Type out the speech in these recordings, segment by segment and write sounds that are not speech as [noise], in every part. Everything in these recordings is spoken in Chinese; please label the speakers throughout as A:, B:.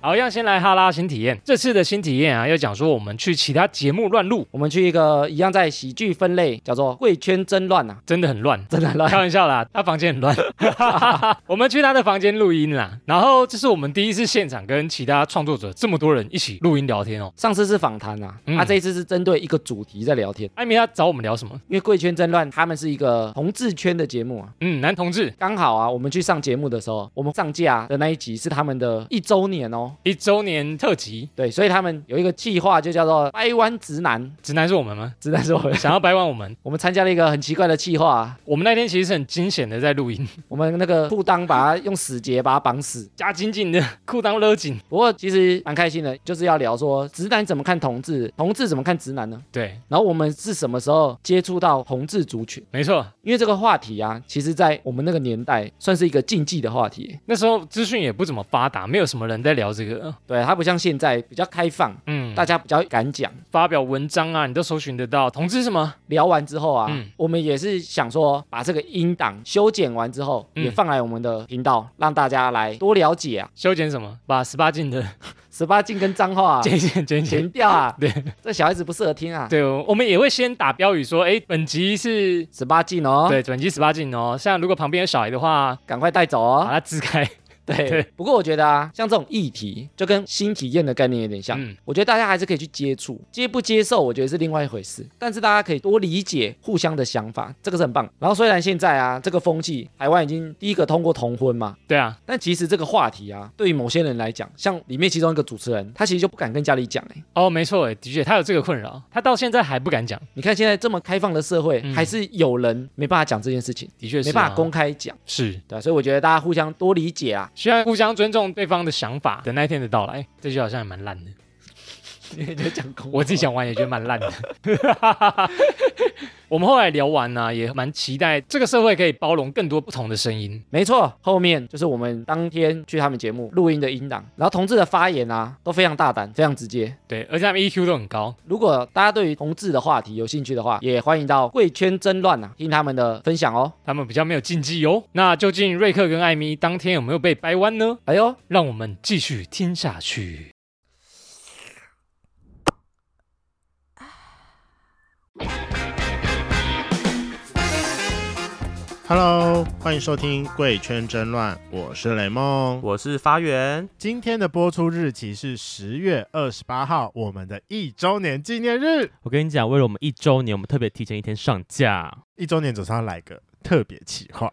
A: 好，一样先来哈拉新体验。这次的新体验啊，要讲说我们去其他节目乱录，
B: 我们去一个一样在喜剧分类，叫做贵圈真乱啊，
A: 真的很
B: [laughs]
A: 乱。
B: 真的乱
A: 开。 [laughs] 玩笑啦，他房间很乱。我们去他的房间录音啦，然后这是我们第一次现场跟其他创作者这么多人一起录音聊天哦。
B: 上次是访谈啊，
A: 嗯
B: 啊，这一次是针对一个主题在聊天，
A: 艾米他找我们聊什么？
B: 因为贵圈真乱，他们是一个同志圈的节目啊。
A: 嗯，男同志
B: 刚好啊，我们去上节目的时候，我们上架的那一集是他们的一周年哦，
A: 一周年特辑，
B: 对，所以他们有一个计划，就叫做“掰弯直男
A: 直男是我们吗”。？
B: [laughs] 直男是我们，
A: 想要掰弯我们，
B: 我们参加了一个很奇怪的计划、啊，
A: 我们那天其实是很惊险的在录音，
B: 我们那个裤裆把它用死结把它绑死。
A: 加紧紧的裤裆勒紧。
B: 不过其实蛮开心的，就是要聊说直男怎么看同志，同志怎么看直男呢？
A: 对，
B: 然后我们是什么时候接触到同志族群？
A: 没错，
B: 因为这个话题啊，其实在我们那个年代算是一个禁忌的话题，
A: 那时候资讯也不怎么发达，没有什么人在聊这个。
B: 对，啊它不像现在比较开放，
A: 嗯，
B: 大家比较敢讲。
A: 发表文章啊，你都搜寻得到。同志什么？
B: 聊完之后啊，
A: 嗯
B: 我们也是想说，把这个音档修剪完之后，
A: 嗯
B: 也放来我们的频道，让大家来多了解啊，
A: 修剪什么？把十八禁的
B: 十八禁跟脏话、啊。
A: 剪一 [laughs] 剪剪一剪。
B: 剪掉啊！
A: 对，
B: 这小孩子不适合听啊。
A: 对，我们也会先打标语说，哎，本集是。
B: 十八禁哦，，
A: 对，本集十八禁哦。像如果旁边有小孩的话，
B: 赶快带走
A: 把
B: 哦。
A: 它支开。 [laughs] 对
B: 对，不过我觉得啊，像这种议题，就跟新体验的概念有点像。
A: 嗯
B: 我觉得大家还是可以去接触，接不接受，我觉得是另外一回事。但是大家可以多理解互相的想法，这个是很棒。然后虽然现在啊，这个风气，台湾已经第一个通过同婚嘛，
A: 对啊，
B: 但其实这个话题啊，对于某些人来讲，像里面其中一个主持人，他其实就不敢跟家里讲哎、
A: 哦，没错，哎的确，他有这个困扰，他到现在还不敢讲，
B: 你看现在这么开放的社会，
A: 嗯
B: 还是有人没办法讲这件事情，
A: 的确是、啊
B: 没办法，公开讲，
A: 是，
B: 对、啊、所以我觉得大家互相多理解啊 [laughs]
A: 需要互相尊重对方的想法。等那一天的到来，这句好像也蛮烂的，
B: 你就讲公
A: 我自己想玩也觉得蛮烂的。 [laughs] 我们后来聊完呢、也蛮期待这个社会可以包容更多不同的声音。
B: 没错，后面就是我们当天去他们节目录音的音档，然后同志的发言啊都非常大胆，非常直接。
A: 对，而且他们 EQ 都很高。
B: 如果大家对于同志的话题有兴趣的话，也欢迎到贵圈争乱啊听他们的分享哦。
A: 他们比较没有禁忌哦。那究竟瑞克跟艾米当天有没有被掰弯呢？
B: 哎呦，
A: 让我们继续听下去。
C: Hello，欢迎收听《贵圈争乱》，我是雷梦。
D: 我是发源，
C: 今天的播出日期是十月二十八号，我们的一周年纪念日。
D: 我跟你讲，为了我们一周年，我们特别提前一天上架， [laughs]
C: 一周年总是要来个特别企划，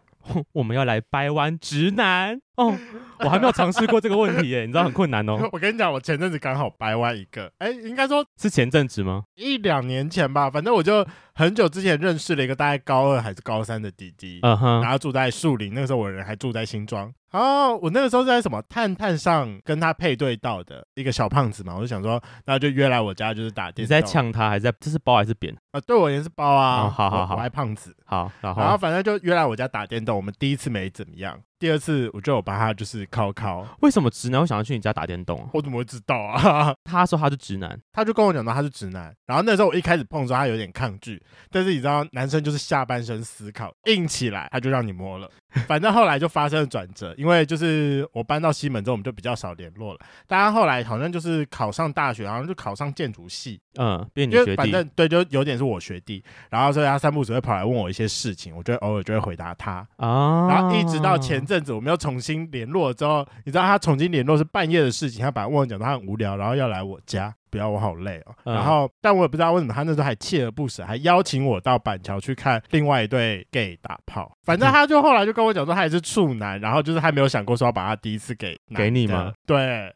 D: 我们要来掰弯直男哦。我还没有尝试过这个问题耶，你知道很困
C: [laughs]
D: 难哦。
C: 我跟你讲，我前阵子刚好掰弯一个，哎，应该说
D: 是前阵子吗？
C: 一两年前吧，反正我就很久之前认识了一个大概高二还是高三的弟弟。
D: 嗯哼，
C: 然后住在树林，那个时候我人还住在新庄。然后我那个时候是在什么探探上跟他配对到的一个小胖子嘛，我就想说，那就约来我家就是打
D: 你
C: 电
D: 是
C: 动。
D: 在呛他，还是在这是包还是扁？
C: 啊，对我也是包啊，
D: 哦好好
C: 我
D: 好
C: 我爱胖子。
D: 好，然
C: 然后
D: 后
C: 反正就约来我家打电动，我们第一次没怎么样，第二次我就有把他就是敲敲，
D: 为什么直男会想要去你家打电动啊？
C: 我怎么会知道啊？ [laughs]
D: 他说他是直男，
C: 他就跟我讲到他是直男，然后那时候我一开始碰的时候他有点抗拒，但是你知道男生就是下半身思考硬起来，他就让你摸了。反正后来就发生了转折，因为就是我搬到西门之后我们就比较少联络了。当然后来好像就是考上大学，好像就考上建筑系，
D: 嗯，变你
C: 因
D: 学
C: 为反
D: 弟，
C: 正对，就有点是我学弟，然后所以他散步只会跑来问我一些事情，我就会偶尔就会回答他，
D: 啊
C: 然后一直到前阵子我们又重新联络之后，你知道他重新联络是半夜的事情，他本来问我讲他很无聊，然后要来我家，不要我好累哦，
D: 嗯
C: 然后但我也不知道为什么他那时候还锲而不舍，还邀请我到板桥去看另外一对 gay 打炮，反正他就后来就跟我讲说他也是处男，然后就是他没有想过说要把他第一次给男
D: 给你
C: 的
D: 吗？
C: 对，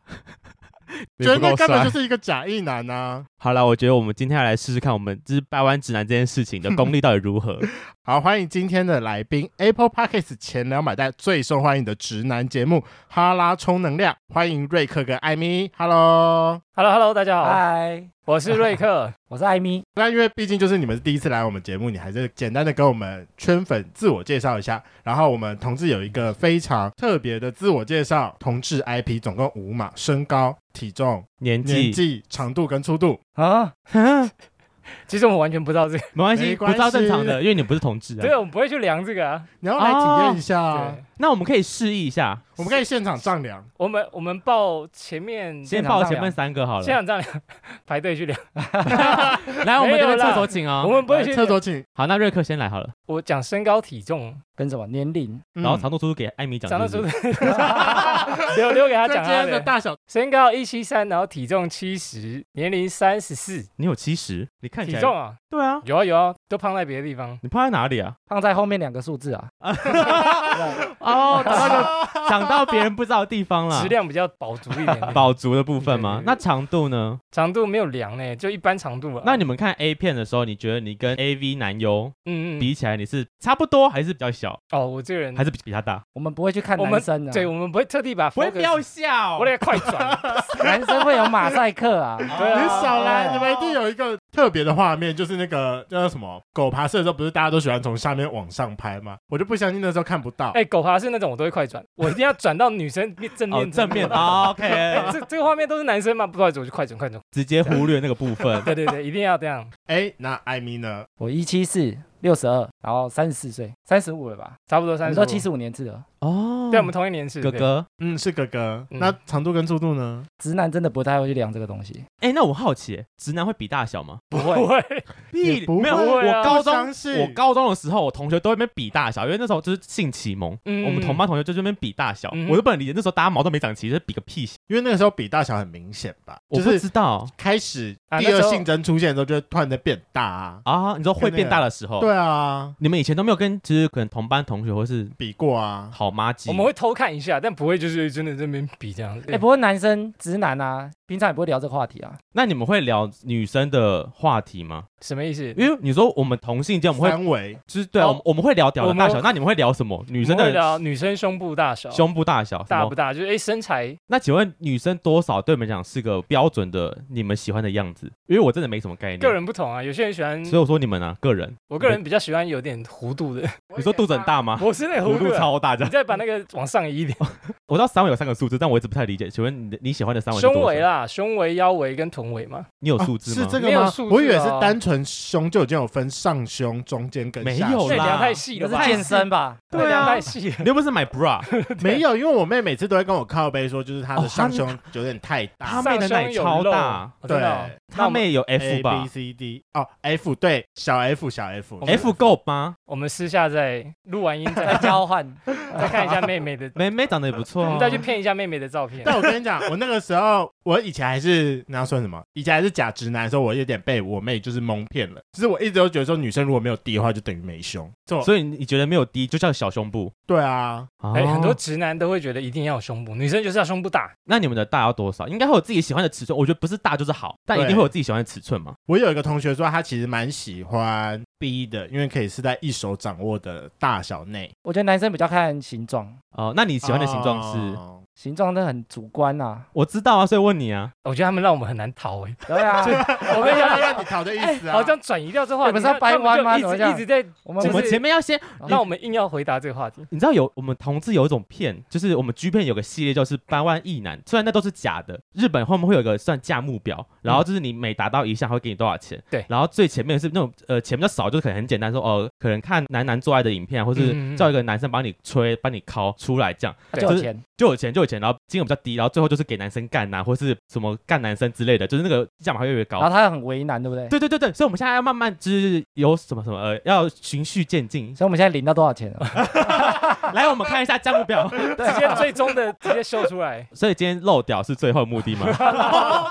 D: 你
C: 觉得
D: 不够
C: 那根本
D: 帅
C: 就是一个假意男啊。
D: 好了，我觉得我们今天要来试试看，我们就是掰弯直男这件事情的功力到底
C: [laughs]
D: 如何。
C: 好，欢迎今天的来宾，Apple Podcast 前两百代最受欢迎的直男节目《哈拉充能量》，欢迎瑞克跟艾米。Hello，
A: Hello Hello，大家好，
B: 嗨，
A: 我是瑞克。
B: 我是艾米。
C: 那因为毕竟就是你们是第一次来我们节目，你还是简单的跟我们圈粉自我介绍一下。然后我们同志有一个非常特别的自我介绍，同志 IP 总共五码：身高、体重、
D: 年
C: 年
D: 纪
C: 纪、长度跟粗度。
A: 啊， [laughs] 其实我们完全不知道这个，
D: 没关系，
C: 没
D: 不
C: 关
D: 知道
C: 系
D: 正常的，因为你不是同志啊。
A: 对，我们不会去量这个啊。
C: 你要来体验一下啊、
A: 对，
D: 那我们可以示意一下，
C: 我们可以现场丈量，
A: 我们我们报前面
D: 先
E: 现场
D: 报
E: 丈
D: 前
E: 量
D: 面三个好
A: 现
D: 了。
A: 场丈量，排队去量。
D: 来，我们
A: 没
D: 这
A: 有
D: 边
A: 啦
D: 厕所请
A: 我
D: 哦。
A: 们不会
C: 来
A: 去
C: 厕。所请，
D: 好，那瑞克先来好了，
A: 我讲身高体重，
B: 跟什么年龄？
C: 嗯
D: 然后长度叔叔给艾米讲。
A: 讲到
D: 是
A: 出
D: 不是
A: [laughs] 留留给他
C: 这
A: 讲
C: 今
A: 他
C: 天的
A: 的。
C: 大小，
A: 身高一七三，然后体重七十，年龄三十四，
D: 你有七十，你看起
A: 体
D: 来
A: 重啊，
D: 对啊，
A: 有啊有啊，都胖在别的地方。
D: 你胖在哪里啊？
B: 放在后面 [laughs] 两个数字啊。
D: 哦，长到 [laughs] 长到别人不知道的地方
A: [laughs]
D: 了，
A: 质。量比较饱足一点
D: [laughs] 饱足的部分吗
A: 对？对对
D: 那长度呢？
A: 长度没有量呢，就一般长度啊。
D: 那你们看 A 片的时候，你觉得你跟 AV 男优
A: 嗯嗯，
D: 比起来，你是差不多，还是比较小，
A: 哦，我这个人
D: 还是比比他大？
B: 我们不会去看
A: 我们
B: 男生啊，
A: 对，我们不会特地把 focus-
D: 笑
A: 我得快
D: [laughs]
A: 转，
B: 男生会有马赛克啊。
A: 对啊
C: 哦你少来，
B: 对
C: 你们一定有一个特别的画面，就是那个叫什么狗爬式的时候，不是大家都喜欢从下面往上拍吗？我就不相信那时候看不到。
A: 哎，狗爬是那种我都会快转，我一定要转到女生面正
D: 哦，
A: 面
D: 正
A: [laughs]
D: 面。哦 OK，
A: 哎这这个画面都是男生嘛，不好意思，我就快转快转。
D: 直接忽略那个部分。
A: [laughs] 对对对，一定要这样，
C: 哎，那艾米呢？
B: 我一七四六十二，然后三十四岁，三十五了吧？
A: 差不多
B: 我
A: 三
B: 们
A: 十
B: 都。七十五年制了。
D: 哦，
A: 对，我们同一年是
D: 哥。哥。
C: 嗯，是哥哥。
A: 嗯
C: 那长度跟速度呢？
B: 直男真的不太会去量这个东西，
D: 哎，那我好奇，直男会比大小吗？
A: 对不会，不
D: [laughs]
A: 会
C: 也不会
D: 没有。
A: 会啊
D: 我高中
C: 不相信
D: 我高中的时候，我同学都在那边比大小，因为那时候就是性启蒙，
A: 嗯
D: 我们同班同学就在那边比大小
A: 嗯，
D: 我都不能理解，那时候大家毛都没长齐，就是比个屁小。
C: 因为那个时候比大小很明显吧，
D: 我
C: 就
D: 不
C: 是
D: 知道
C: 开始
A: 啊
C: 第
A: 那
C: 二
A: 时候
C: 性征出现的时候，就会突然的变大啊。
D: 啊，你说会
C: 看那
D: 变
C: 个
D: 大的时候，
C: 对啊，
D: 你们以前都没有跟，就是可能同班同学或是
C: 比过啊。
D: 好妈鸡，
A: 我们会偷看一下，但不会就是真的这边比这样子。
B: 哎、不过男生直男啊，平常也不会聊这个话题啊。
D: 那你们会聊女生的话题吗？
A: 什么意思？
D: 因为你说我们同性间我们会
C: 三维，
D: 就是对啊，
A: 哦
D: 我们我们会聊屌的
A: 我们
D: 大小，那你们会聊什么？女
A: 女
D: 生
A: 会
D: 的
A: 聊女生胸部大小，
D: 胸部大小，什
A: 大
D: 么嗯
A: 不？大？就是哎身材
D: 那请问女生多少对你们讲是个标准的你们喜欢的样子？因为我真的没什么概念，
A: 个人不同啊，有些人喜欢，
D: 所以我说你们啊，个人，
A: 我个人比较喜欢有点弧度的，
D: [laughs] 你说肚子很大吗？
A: 我是那个
D: 弧
A: 弧
D: 度
A: 度啊。
D: 超大，
A: 你
D: 这样。
A: 再把那个往上移一点，
D: 我知道三围有三个数字，但我一直不太理解。请问你的你喜欢的三围是多
A: 胸
D: 少
A: 围，啊啦，胸围、腰围跟臀围嘛。
D: 你有数字
C: 啊是
D: 吗？
C: 这
A: 没
C: 个
A: 有
C: 吗
A: 数？字
C: 我以为是
A: 啊
C: 单纯胸就已经有分上胸、中间跟
D: 没
C: 下
D: 有
C: 胸
A: 那
D: 啦
A: 量太细
B: 这
A: 了
B: 是
A: 吧？
B: 健身吧？
A: 那
D: 对
A: 量
D: 啊
A: 太，细了。
D: 你又不是买 bra，
C: 没有，因为我妹每次都会跟我靠背说，就是她
D: 哦
C: 的
D: 她
C: 上胸有点太
D: 她
C: 大。
D: 妹的
A: 上
D: 奶
A: 胸有
D: 超
A: 肉
D: 大，
A: 哦哦真
C: 对
A: 的哦 [laughs] 那
D: 他
A: 我们
D: 妹有 F
C: A
D: 吧
C: B C D 哦，F 对，小 F 小 F
A: 我们
D: ？F 够吗？
A: 我们私下再录完音
D: [laughs]
B: 在
A: 再
B: 交换，
A: 再看一下妹妹的，
D: 妹妹长得也不错、
A: 我
D: 啊，
A: 们再去骗一下妹妹的照片。
C: 但我跟你讲，我那个时候，我以前还是那算什么？以前还是假直男的时候，我有点被我妹就是蒙骗了。就是我一直都觉得说，女生如果没有低的话，就等于没胸。错，
D: 所以你觉得没有低就叫小胸部？
C: 对啊，
A: 哎，很多
D: 哦
A: 直男都会觉得一定要有胸部，女生就是要胸部大。
D: 那你们的大要多少？应该会有自己喜欢的尺寸，我觉得不是大就是好，但一定
C: 对
D: 会有自己喜欢的尺寸嘛。
C: 我有一个同学说，他其实蛮喜欢 B 的，因为可以是在一手掌握的大小内。
B: 我觉得男生比较看形状，
D: 哦，那你喜欢的形状是？
C: 哦
B: 形状真的很主观呐、啊。
D: 我知道啊，所以问你啊，
A: 我觉得他们让我们很难逃哎。
B: 对啊，
A: 我
C: 我
A: 跟
C: 跟
A: 你
C: 你
A: 讲
C: 讲，让你逃的意思
A: 哎
C: 啊。
A: 好像转移掉这话题，
B: 你们是要
A: 他他们
B: 掰弯吗
A: 就一
B: 怎
A: 直
B: 么
A: 一直在，
B: 我们
D: 我
B: 不
D: 们
B: 是
D: 前面要先，
B: 哦
A: 让我们硬要回答这个话题。
D: 你知道有我们同志有一种片，就是我们 G 片有个系列，就是八万亿男，虽然那都是假的，日本后面会有个算价目表，然后就是你每达到一项会给你多少钱，
A: 对
D: 然后最前面是那种呃钱比较少，就是可能很简单说哦，可能看男男做爱的影片啊，或
A: 嗯嗯
D: 是
A: 嗯
D: 叫一个男生帮你吹，帮你敲出来这样，
B: 啊就有
D: 就是
B: 钱，
D: 就有钱就有钱，然后金额比较低，然后最后就是给男生干呐、或是什么干男生之类的，就是那个价码会越来越
B: 然后
D: 高。
B: 啊他很为难，对不对？
D: 对对对对，所以我们现在要慢慢就是有什么什么呃，要循序
A: [laughs]
D: 渐进。
B: 所以我们现在领到多少钱了？
D: 来，我们看一下价目表。
A: 直接最终的直接秀出来。
D: 所以今天漏屌是最后的目的
A: [laughs]
D: 吗？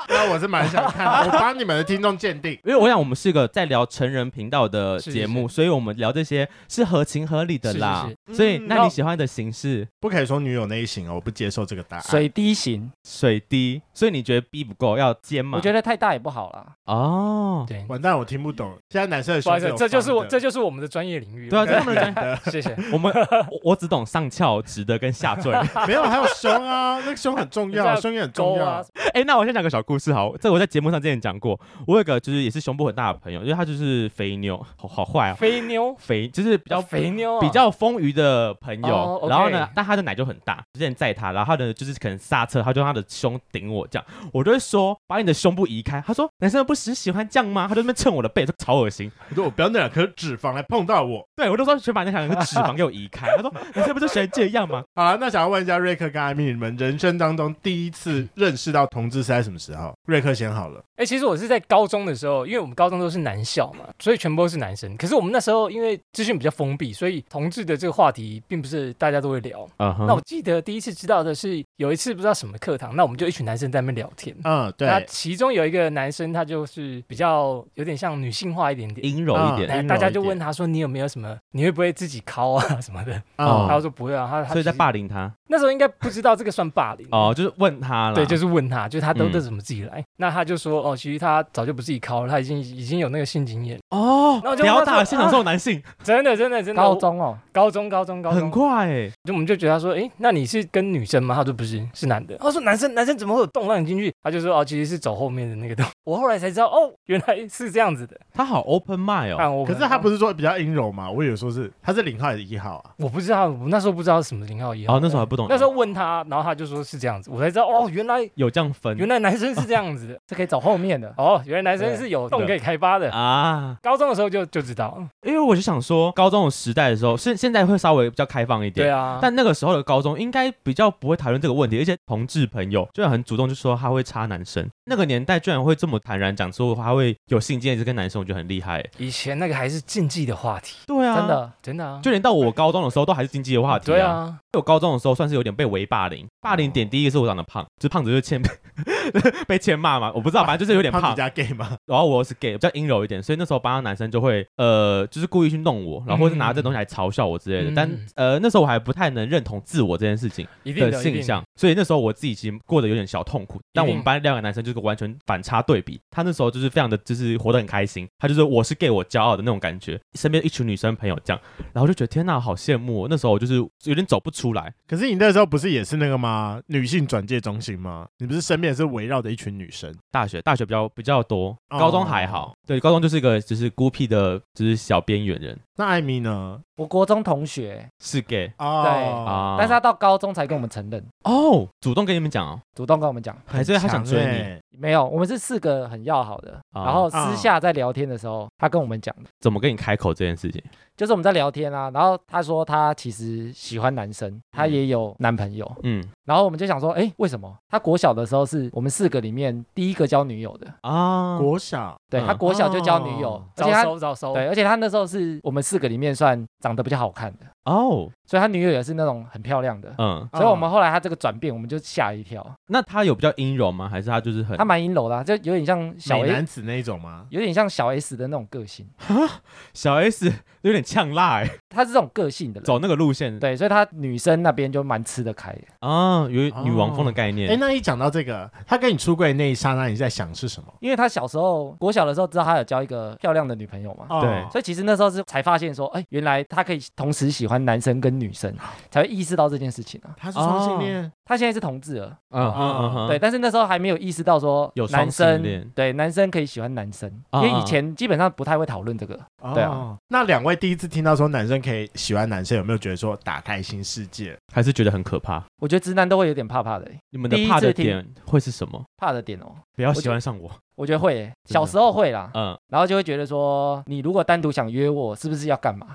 C: 那我是蛮想看的，我帮你们的听众鉴定。
D: 因为我想我们是个在聊成人频道的
A: 是
D: 节目，所以我们聊这些是合情合理的
A: 是
D: 啦。
C: 是是
D: 所以，
C: 嗯
D: 那你喜欢的形式
C: 不可以说女友那一型哦，我不接受这个答案。
B: 水滴型，
D: 水滴，所以你觉得 B 不够，要尖嘛？
B: 我觉得太大也不好啦。
D: 哦，
A: 对，
C: 完蛋，我听不懂。现在男生的
A: 不好
C: 胸
A: 意
C: 是
A: 思
C: 有，
A: 这就是我
C: 方的
A: 这就是我们的专业领域。
D: 对啊，这他们的专
A: [laughs] 谢 [laughs] 谢。
D: 我们 [laughs] 我我只懂上翘、直的跟下
A: [laughs]
D: 坠。
C: 没有，还有胸啊，那 [laughs] 个胸很重要，
A: 你在
C: 胸也很重
A: 勾
C: 要。
A: 啊，
D: 哎、那我先讲个小故事好，这个我在节目上之前讲过，我有一个就是也是胸部很大的朋友，因为他就是肥妞，好好坏啊，
A: 肥妞，
D: 肥就是比
A: 比较
D: 较
A: 肥妞啊，
D: 比较丰腴的朋友，
A: 哦，OK
D: 然后呢，但他的奶就很大，之前载他，然后他的就是可能刹车，他就用他的胸顶我这样，我就会说把你的胸部移开。他说男生不是喜欢这样吗？他就在那边蹭我的背，就超恶心。
C: 我说我不要那两颗脂肪来碰到我。
D: 对我就说先把那两个脂肪给我移开。他说男生不就喜欢这样吗？
C: 好了，那想要问一下瑞克跟艾米，你们人生当中第一次认识到同志是在什么时候？瑞克先好了，
A: 哎、其实我是在高中的时候，因为我们高中都是男校嘛，所以全部都是男生。可是我们那时候因为资讯比较封闭，所以同志的这个话题并不是大家都会聊。
D: 嗯
A: 那我记得第一次知道的是有一次不知道什么课堂，那我们就一群男生在那边聊天。
C: 嗯，对，
A: 那其中有一个男生，他就是比较有点像女性化一点点。
D: 阴柔一
C: 嗯
D: 点，
A: 哎大家就问他说：“你有没有什么？你会不会自己敲啊什么的？”
D: 哦
A: 他就说：“不会啊。他”他
D: 所以在
A: 其实
D: 霸凌他
A: 那时候应该不知道这个算霸凌
D: 哦，就是问他了。
A: 对，就是问他，就是他都
D: 嗯
A: 都怎么自己来？那他就说哦，其实他早就不自己考了，他已经已经有那个性经验，
D: 哦
A: 然后，就问
D: 不要
A: 他
D: 打
A: 说
D: 现场受男性，
A: 真的真的真的。
B: 高
A: 我
B: 中哦，
A: 高中高中高中，
D: 很快哎，
A: 就我们就觉得他说，哎，那你是跟女生吗？他说不是，是男的。他说男生男生怎么会有洞让你进去？他就说哦，其实是走后面的那个洞。 [laughs] 我后来才知道哦，原来是这样子的。
D: 他好 open mind 哦。
A: 但我
C: 可是他不
A: 是，
C: 是说比较阴柔吗？我以为说是他是零号还是一号啊？
A: 我不知道，我那时候不知道什么零号一号。
D: 哦，那时候还不懂，嗯
A: 那时候问他，然后他就说是这样子，我才知道哦，原来
D: 有这样分
A: 原来男生是这样子的。
B: 这
D: [laughs]
B: 可以走后面的。
A: 哦，原来男生
B: 对
A: 是有洞可以开发的。
D: 啊。
A: 高中的时候就就知道了。
D: 因为我就想说，高中的时代的时候，现现在会稍微比较开放一点。
A: 对啊，
D: 但那个时候的高中应该比较不会讨论这个问题，而且同志朋友就很主动，就说他会插男生。那个年代居然会这么坦然讲说他会有性经验是跟男生，我觉得很厉害欸。
A: 以前那个还是禁忌的话题，
D: 对啊，
B: 真，的，
A: 真的啊，
D: 就连到我高中的时候都还是经济的话题、
A: 对，啊，
D: 我高中的时候算是有点被围霸凌，霸凌点第一个是我长得胖，就是胖子就是欠被 [laughs] 欠骂嘛，我不知道，反正就是有点
C: 哦胖
D: 胖
C: 子。加 gay 吗？
D: 然后我又是 gay，比较阴柔一点，所以那时候班上男生就会呃，就是故意去弄我，然后或者拿这东西来嘲笑我之类的。
A: 嗯
D: 但呃，那时候我还不太能认同自我这件事情
A: 一定
D: 的
A: 的
D: 性向，，所以那时候我自己其实过得有点小痛苦。但我们班另外一个男生就是完全反差对比，他那时候就是非常的就是活得很开心，他就是我是 gay 我骄傲的那种感觉，身边一群女生朋友这样，然后就觉得天呐，好羡慕、哦。那时候我就是有点走不出来，
C: 可是你那时候不是也是那个吗？女性转介中心吗？你不是身边也是围绕着一群女生？
D: 大学大学比较比较多，
C: 哦
D: 高中还好，对，高中就是一个就是孤僻的，就是小边缘人，
C: 那艾米呢？
B: 我国中同学，
D: 是 gay
C: 哦，
D: 啊，
B: 但是他到高中才跟我们承认，
D: 哦，主动跟你们讲哦，
B: 主动跟我们讲
D: 还是他想追你？
C: 你，
B: 没有，我们是四个很要好的，
D: 啊
B: 然后
C: 啊
B: 私下在聊天的时候，他跟我们讲的，
D: 怎么跟你开口这件事情？
B: 就是我们在聊天啊，然后他说他其实喜欢男生，他也有男朋友，
D: 嗯
B: 然后我们就想说，哎，为什么？他国小的时候是我们四个里面第一个交女友的，
D: 啊，
C: 国小
B: 对
D: 嗯
B: 他国小就交女友，
C: 哦
B: 而
A: 早
B: 且他
A: 收早收，
B: 对，，而且他那时候是我们四个里面算长得比较好看的，
D: 哦，
B: 所以他女友也是那种很漂亮的。
D: 嗯，
B: 所以我
C: 哦
B: 们后来他这个转变，我们就吓一跳。
D: 那他有比较阴柔吗？还是他就是很
B: 他蛮阴柔的啊、就有点像小
C: 美
B: A，
C: 男子那一种吗？
B: 有点像小 S 的那种个性。
D: 小 S 有点呛辣哎，
B: 他是这种个性的人，
D: 走那个路线
B: 对，所以他女生那边就蛮吃得开的。
D: 啊，有
C: 哦
D: 女王风的概
C: 哎，
D: 念，
C: 那一讲到这个，他跟你出柜那一刹那，你在想是什么？
B: 因为他小时候国小的时候知道他有交一个漂亮的女朋友嘛，
C: 哦
D: 对
B: 所以其实那时候是才发现说，哎，原来他可以同时喜欢男生跟女生，才会意识到这件事情啊。
C: 他是双性恋，
B: 他现在是同志了，
D: 嗯嗯嗯，
B: 对，，但是那时候还没有意识到说
D: 有双
B: 男
D: 性
B: 生
D: 恋
B: 对男生可以喜欢男生，
D: 啊
B: 因为以前基本上不太会讨论这个。
C: 哦
B: 对啊。
C: 那两位第一次听到说男生可以喜欢男生，有没有觉得说打开新世界？
D: 还是觉得很可怕。
B: 我觉得直男都会有点怕怕的、哎
D: 你们
B: 第
D: 的
B: 一
D: 怕的
B: 次听
D: 点会是什么？
B: 怕的点哦。
D: 不要
B: 觉
D: 喜欢上我，
B: 我觉得会、哎
D: 哦的
B: 小时候会啦，
D: 嗯
B: 然后就会觉得说，你如果单独想约我，是不是要干嘛？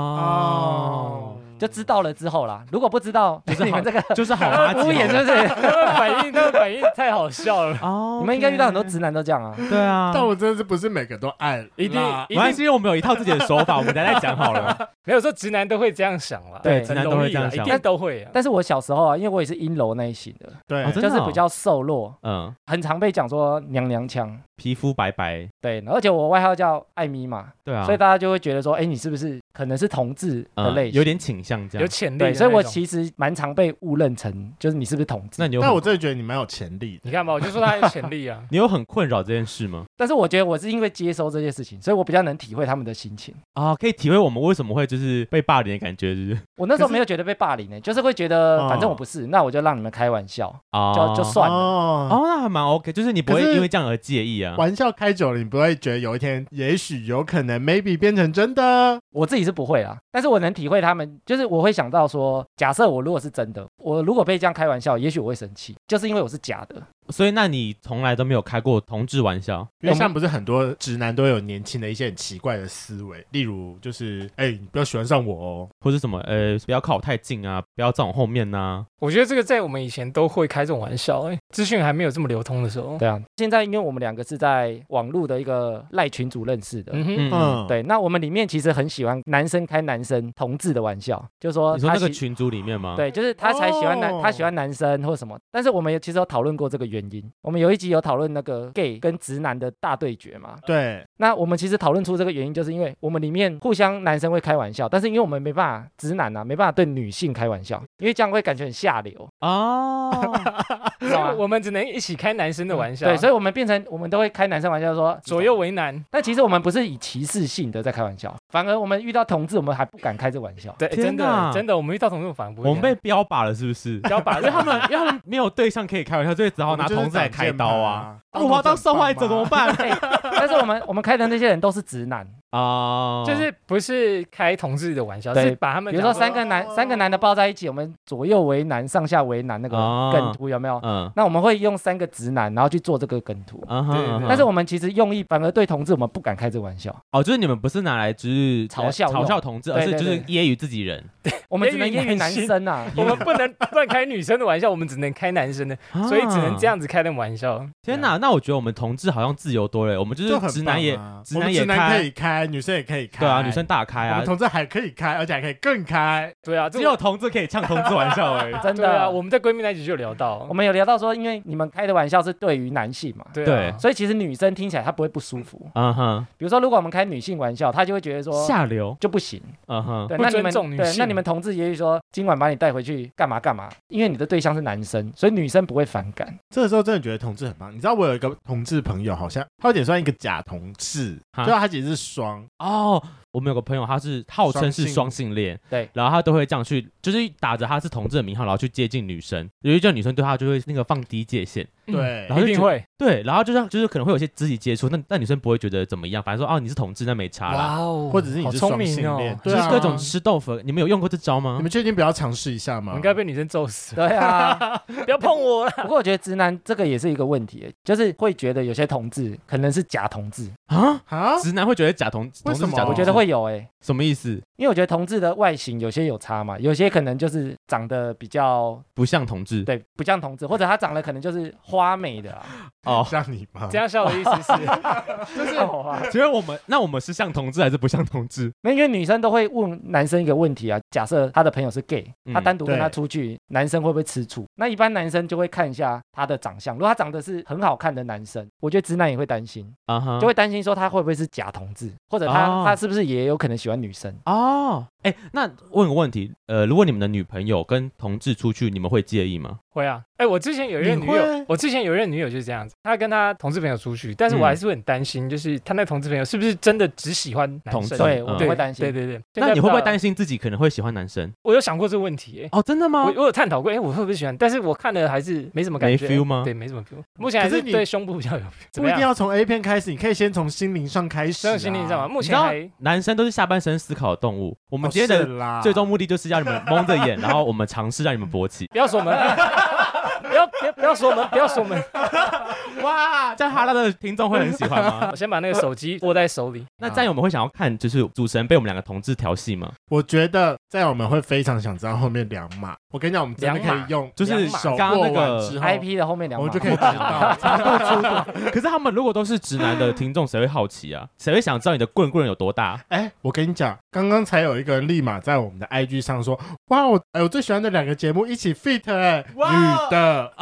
D: 哦，
B: 就知道了之后啦。如果不知道，就是
D: 好
B: 你们这个
D: 就是好垃圾，啊
B: 敷衍，是不是？
D: [laughs]
A: 他们 [laughs] 反应他们反应太好笑了，
D: 哦，
B: 你们应该遇到很多直男都这样啊。[laughs]
D: 对啊，
C: 但我真的是不是每个都爱，
A: 一
D: [laughs]
A: 定
C: 啦
A: 一
D: 没关
A: 定
D: 系，我们有一套自己的手法，我们等一下再讲好了。
A: 没有说直男都会这样想啦，
B: 对
A: 很
D: 直男都
A: 容
D: 会
A: 易
D: 这样
A: 啦
D: 想
A: 一定都会啊。
B: 但是我小时候啊，因为我也是阴柔那一型的，
C: 对
D: 哦，真的
B: 就是
D: 哦
B: 比较瘦弱，
D: 嗯，
B: 很常被讲说娘娘腔。
D: 皮肤白白，
B: 对，而且我外号叫艾米嘛，
D: 对啊，
B: 所以大家就会觉得说，哎，你是不是可能是同志的
D: 嗯
B: 类型？
D: 有点倾向这
A: 有
D: 样。
A: 潜力的
B: 对，
A: 那种，
B: 所以我其实蛮常被误认成就是你是不是同志
D: 那。你有
C: 但
D: 很。
C: 我真的觉得你蛮有潜力的。
A: 你看吧，我就说他有潜力啊 [laughs]
D: 你有很困扰这件事吗？
B: 但是我觉得我是因为接收这些事情，所以我比较能体会他们的心情。
D: 啊，可以体会我们为什么会就是被霸凌的感觉，就是
B: 我那时
C: 可
B: 候
C: 是
B: 没有觉得
D: 嗯
B: 被霸凌呢、就是会觉得
C: 哦
B: 反正我不是，那我就让你们开玩笑，
D: 啊
B: 就就算了。
C: 哦，
D: 哦，那还蛮 OK，就是你不会
C: 可是
D: 因为这样
C: [laughs]
D: 而介意啊。
C: 玩笑开久了，你不会觉得有一天，也许有可能，maybe 变成真的
B: 我自己是不会啦，但是我能体会他们，就是我会想到说，假设我如果是真的，我如果被这样开玩笑，也许我会生气，就是因为我是假的。
D: 所以那你从来都没有开过同志玩笑？
C: 因为像不是很多直男都有年轻的一些很奇怪的思维，例如就是，哎、你不要喜欢上我哦，
D: 或是什么呃，不要靠我太近啊，不要站我后面啊呐、
A: 我觉得这个在我们以前都会开这种玩笑，哎，资讯还没有这么流通的时候，
B: 对啊，现在因为我们两个是在网络的一个赖群组认识的。
A: 嗯哼，
D: 嗯，
C: 嗯，，
B: 对，那我们里面其实很喜欢男生开男生同志的玩笑，就是说
D: 你说
B: 他
D: 那个
B: 喜
D: 群组里面吗？，
B: 嗯对，就是他才喜欢男，他喜
C: 哦
B: 欢男生或什么。但是我们也其实有讨论过这个原因。我们有一集有讨论那个 gay 跟直男的大对决嘛。
C: 对，
B: 那我们其实讨论出这个原因，就是因为我们里面互相男生会开玩笑，但是因为我们没办法直男啊，没办法对女性开玩笑，因为这样会感觉很下流，
D: 哦，
B: 知道吗？
A: 我们只能一起开男生的
D: 啊
A: 玩笑，
B: 嗯对，所
A: 以
B: 以我们变成我们都会开男生玩笑说
A: 左右，为难。
B: 但其实我们不是以歧视性的在开玩笑，反而我们遇到同志，我们还不敢开这玩
A: [laughs]
B: 笑。
A: 对，
D: 天
A: 真的
D: 哪
A: 真的，我们遇到同这种反驳，
D: 我们被标靶了是不是？
A: 标靶，
D: 因为他们因为他们没有对象可以开玩笑，所以只好拿
C: 我们
D: 同
C: 就是
D: 志来开刀啊！
C: 挡
D: 啊
C: 箭牌啊，
D: 我要当受害者怎么
C: 办？
D: 办
B: 哎但是我们我们开的那些人都是直男，
D: [laughs] 啊？
A: 就是不是开同志的玩笑，
B: 对
A: 是把他们
B: 比如说
A: 讲
B: 三个男三个男的抱在一起，我们左右为难，上下为难那个
D: 哦
B: 梗图有没有？
D: 嗯
B: 那我们会用三个直男，然后去做这个梗图。
D: 啊
A: 对对
D: 哈，
A: 对
B: 但是
D: 我
B: 我们其实用意反而对同志，我们不敢开这个玩笑，
D: 哦，就是你们不是拿来只是
B: 嘲笑用
D: 嘲笑同志，而
B: 对
D: 是
B: 对
D: 就是
B: 对
D: 揶揄自己人，
B: 我们只能揶揄男
A: [laughs]
B: 生啊。
A: 我们不能乱开女生的玩笑，我们只能开男生的，
C: 啊
A: 所以只能这
D: 样。
A: 样子开的玩笑。
D: 天哪，那我觉得我们同志好像自由多了，我们就
C: 就很棒啊
D: 是直男也直
C: 我们
D: 男
C: 直
D: 也
C: 男可
D: 开
C: 以，开，女生也可以开，
D: 对啊，女生大开
C: 我
D: 啊
C: 们，同志还可以开，而且还可以更开，
A: 对啊，这
D: 只有同志可以呛同志玩笑而已。
B: 真
A: 对啊，
B: 的，
A: 我们在闺蜜那集就有聊到
B: 我，们有聊到说，因为你们开的玩笑是对于男性嘛，
A: 对啊
D: 对
B: 所以其实女生听起来她不会不舒服。
D: 嗯哼，
B: 比如说，如果我们开女性玩笑，她就会觉得说
D: 下流，
B: 就不行。
D: 嗯
A: [laughs]
D: 哼，
B: 对，
A: 不
B: 那你
A: 尊
B: 们
A: 重女
B: 对，
A: 性
B: 那你们同志也许说今晚把你带回去干嘛干嘛，因为你的对象是男生，所以女生不会反
A: [laughs]
B: 感。
C: 这个时候真的觉得同志很棒。你知道我有一个同志朋友，好像他有点算一个假同志，
D: 哈
C: 就是他其实是双，
D: 哦，我们有个朋友，他是号称是
C: 双
D: 双性恋，
B: 对，
D: 然后他都会这样去，就是打着他是同志的名号，然后去接近女生，由于这女生对他就会那个放低界限，
A: 嗯
C: 对
D: 然后
A: 一
D: 就
A: 定
D: 觉
A: 会。
D: 对，然后就像就是可能会有一些肢体接触，那那女生不会觉得怎么样，反正说哦你是同志，那没差啦，
A: 哦
C: 或者是你
A: 好
C: 是
A: 聪
C: 双性
A: 明
C: 恋
A: 哦，，
D: 就
C: 对
D: 是
C: 啊，
D: 各种吃豆腐，你们有用过这招
C: 你
D: 吗？
C: 们确定不要尝试一下吗？
A: 我应该被女生揍死， [laughs]
B: 对啊，
A: 不要碰我了。
B: [laughs] 不过我觉得直男这个也是一个问题，欸就是会觉得有些同志可能是假同志，
D: 啊，
C: 啊，
D: 直男会觉得假同
C: 为
D: 同志
C: 什
D: 是
C: 么
D: 假同志，
B: 我
A: 哦
B: 觉得会有哎、
D: 什么意思？
B: 因为我觉得同志的外形有些有差嘛，有些可能就是长得比较
D: 不像同志
B: 对不像同志，或者他长得可能就是花美的啊，
D: 哦。
C: 像你吗？
A: 这样笑的意思是， [laughs]
B: [laughs] 就是花。
D: 其实我们那我们是像同志还是不像同志？
B: 那因为女生都会问男生一个问题啊，假设他的朋友是 gay，
D: 嗯
B: 他单独跟他
C: 对
B: 出去，男生会不会吃醋？那一般男生就会看一下他的长相，如果他长得是很好看的男生，我觉得直男也会担心，
D: 啊哈
B: 就会担心说他会不会是假同志，或者他、
D: 哦
B: 他是不是也有可能喜欢女生？
D: 哦，哎，那问个问题，呃，如果你们的女朋友跟同志出去，你们会介意吗？
A: 会啊。哎，我之前有一任女
C: 你
A: 友
C: 会，
A: 我之前有一任女友就是这样子，她跟她同志朋友出去，但是我
D: 嗯
A: 还是会很担心，就是她那同志朋友是不是真的只喜欢男
D: 同
A: 生？
D: 志
B: 对，
D: 嗯
B: 我
A: 对
B: 会担心。
A: 对对对，
D: 那你会不会担
A: 心？
D: 心自己可能会喜欢男生？
A: 我有想过这个问题，哎
D: 哦，真的吗
A: 我？我有探讨过，哎，我会不会喜欢？但是我看了还是没什么感
D: 没
A: 觉
D: feel 吗
A: 对，没什么 feel。目前还
C: 可
A: 是
C: 是你
A: 对胸部比较有 feel。怎么
C: 不一
A: 样
C: 定？要从 A 片开始，你可以先从心灵上开始、
A: 先
C: 啊。
A: 有心理上嘛，目
D: 你知
A: 前
D: 道
A: 还
D: 男生都是下半身思考的动物，我
C: 我
D: 们今天的
C: 啦，
D: 最终目的哦就是啊要你们蒙着眼，然后我们尝试让你们勃 [laughs] 起。
A: 不要说我们， [laughs] 不要不要不要说我们，不要说我们，
D: 哇，啊这样哈拉的听众会很喜欢吗？
A: 我先把那个手机握在手里。
D: 那战友们会想要看，就是主持人被我们两个同志调戏吗？ [laughs]
C: 我觉得在我们会非常想知道后面两码。我跟你讲，我们真的可以用，
D: 就是
C: 手
D: 刚刚
C: 握
D: 那
C: 完
D: 个
C: 之后，
B: IP 的后面两
C: 我
B: 码
C: 们就可以知道。
D: 可是他们如果都是直男的听众，谁会好奇啊？谁会想知道你的棍棍有多大？
C: 哎，我跟你讲，刚刚才有一个人立马在我们的 IG 上说，哇，我哎我最喜欢的两个节目一起 fit 哎、女的，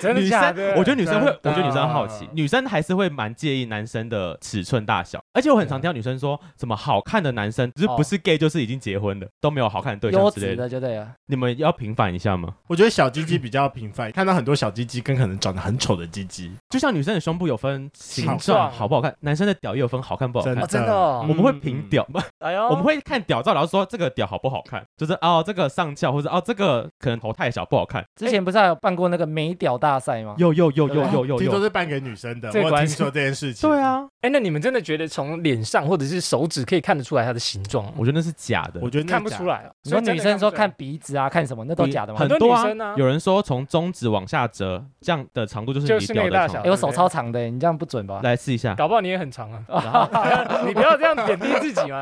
A: 真的
D: 女生
A: 假的？，
D: 我觉得女生会，我
C: 真的
D: 觉得女生好奇，女生还是会蛮介意男生的尺寸大小。而且我很常听到女生说，什么好看的男生，就是不是 gay 就是已经结婚的，都没有好看的对象
B: 优
D: 之类
B: 质
D: 的。
B: 的就对了。
D: 你们要平反一下吗？
C: 我觉得小鸡鸡比较频繁，看到很多小鸡鸡跟可能长得很丑的鸡鸡，
D: 就像女生的胸部有分
C: 形
D: 形状
A: 状
D: 好不好看，男生的屌也有分好看不好
C: 真嗯
D: 看
A: 哦，。真的哦
D: 我，们会评屌吗？
A: 哎呦，
D: 我们会看屌照，然后说这个屌好不好看，就是哦这个上翘，或者哦这个可能头太小不好看。
B: 之前不是还有办过那个美屌大赛吗？
D: 有有有有有有
C: 听说
D: 有，
C: 是办给女生的，我
A: 这
C: 有
A: 果然
C: 听
A: 是
C: 说这件事情。
D: 对，啊，
A: 哎，那你们真的觉得从脸上或者是手指可以看得出来它的形状吗？
D: 我觉得那是假的
C: 我。觉得那
A: 看不
C: 假
A: 出，来哦，
B: 你说
A: 所以真
B: 女
A: 的
B: 生
A: 不
B: 说
A: 出来
B: 看鼻子啊，看什么，那都假的吗？
D: 很
A: 很
D: 多
A: 多
D: 啊
A: 女生啊，
D: 有人说从中指往下折，这样的长度就是
A: 就
D: 你
A: 是
D: 屌
A: 那个大
D: 的长
A: 小
B: 哎，
D: 度。
B: 我手超长的，你这样不准吧？
D: 来试一下，
A: 搞不好你也很长啊， [laughs] 你不要这样贬低自己嘛。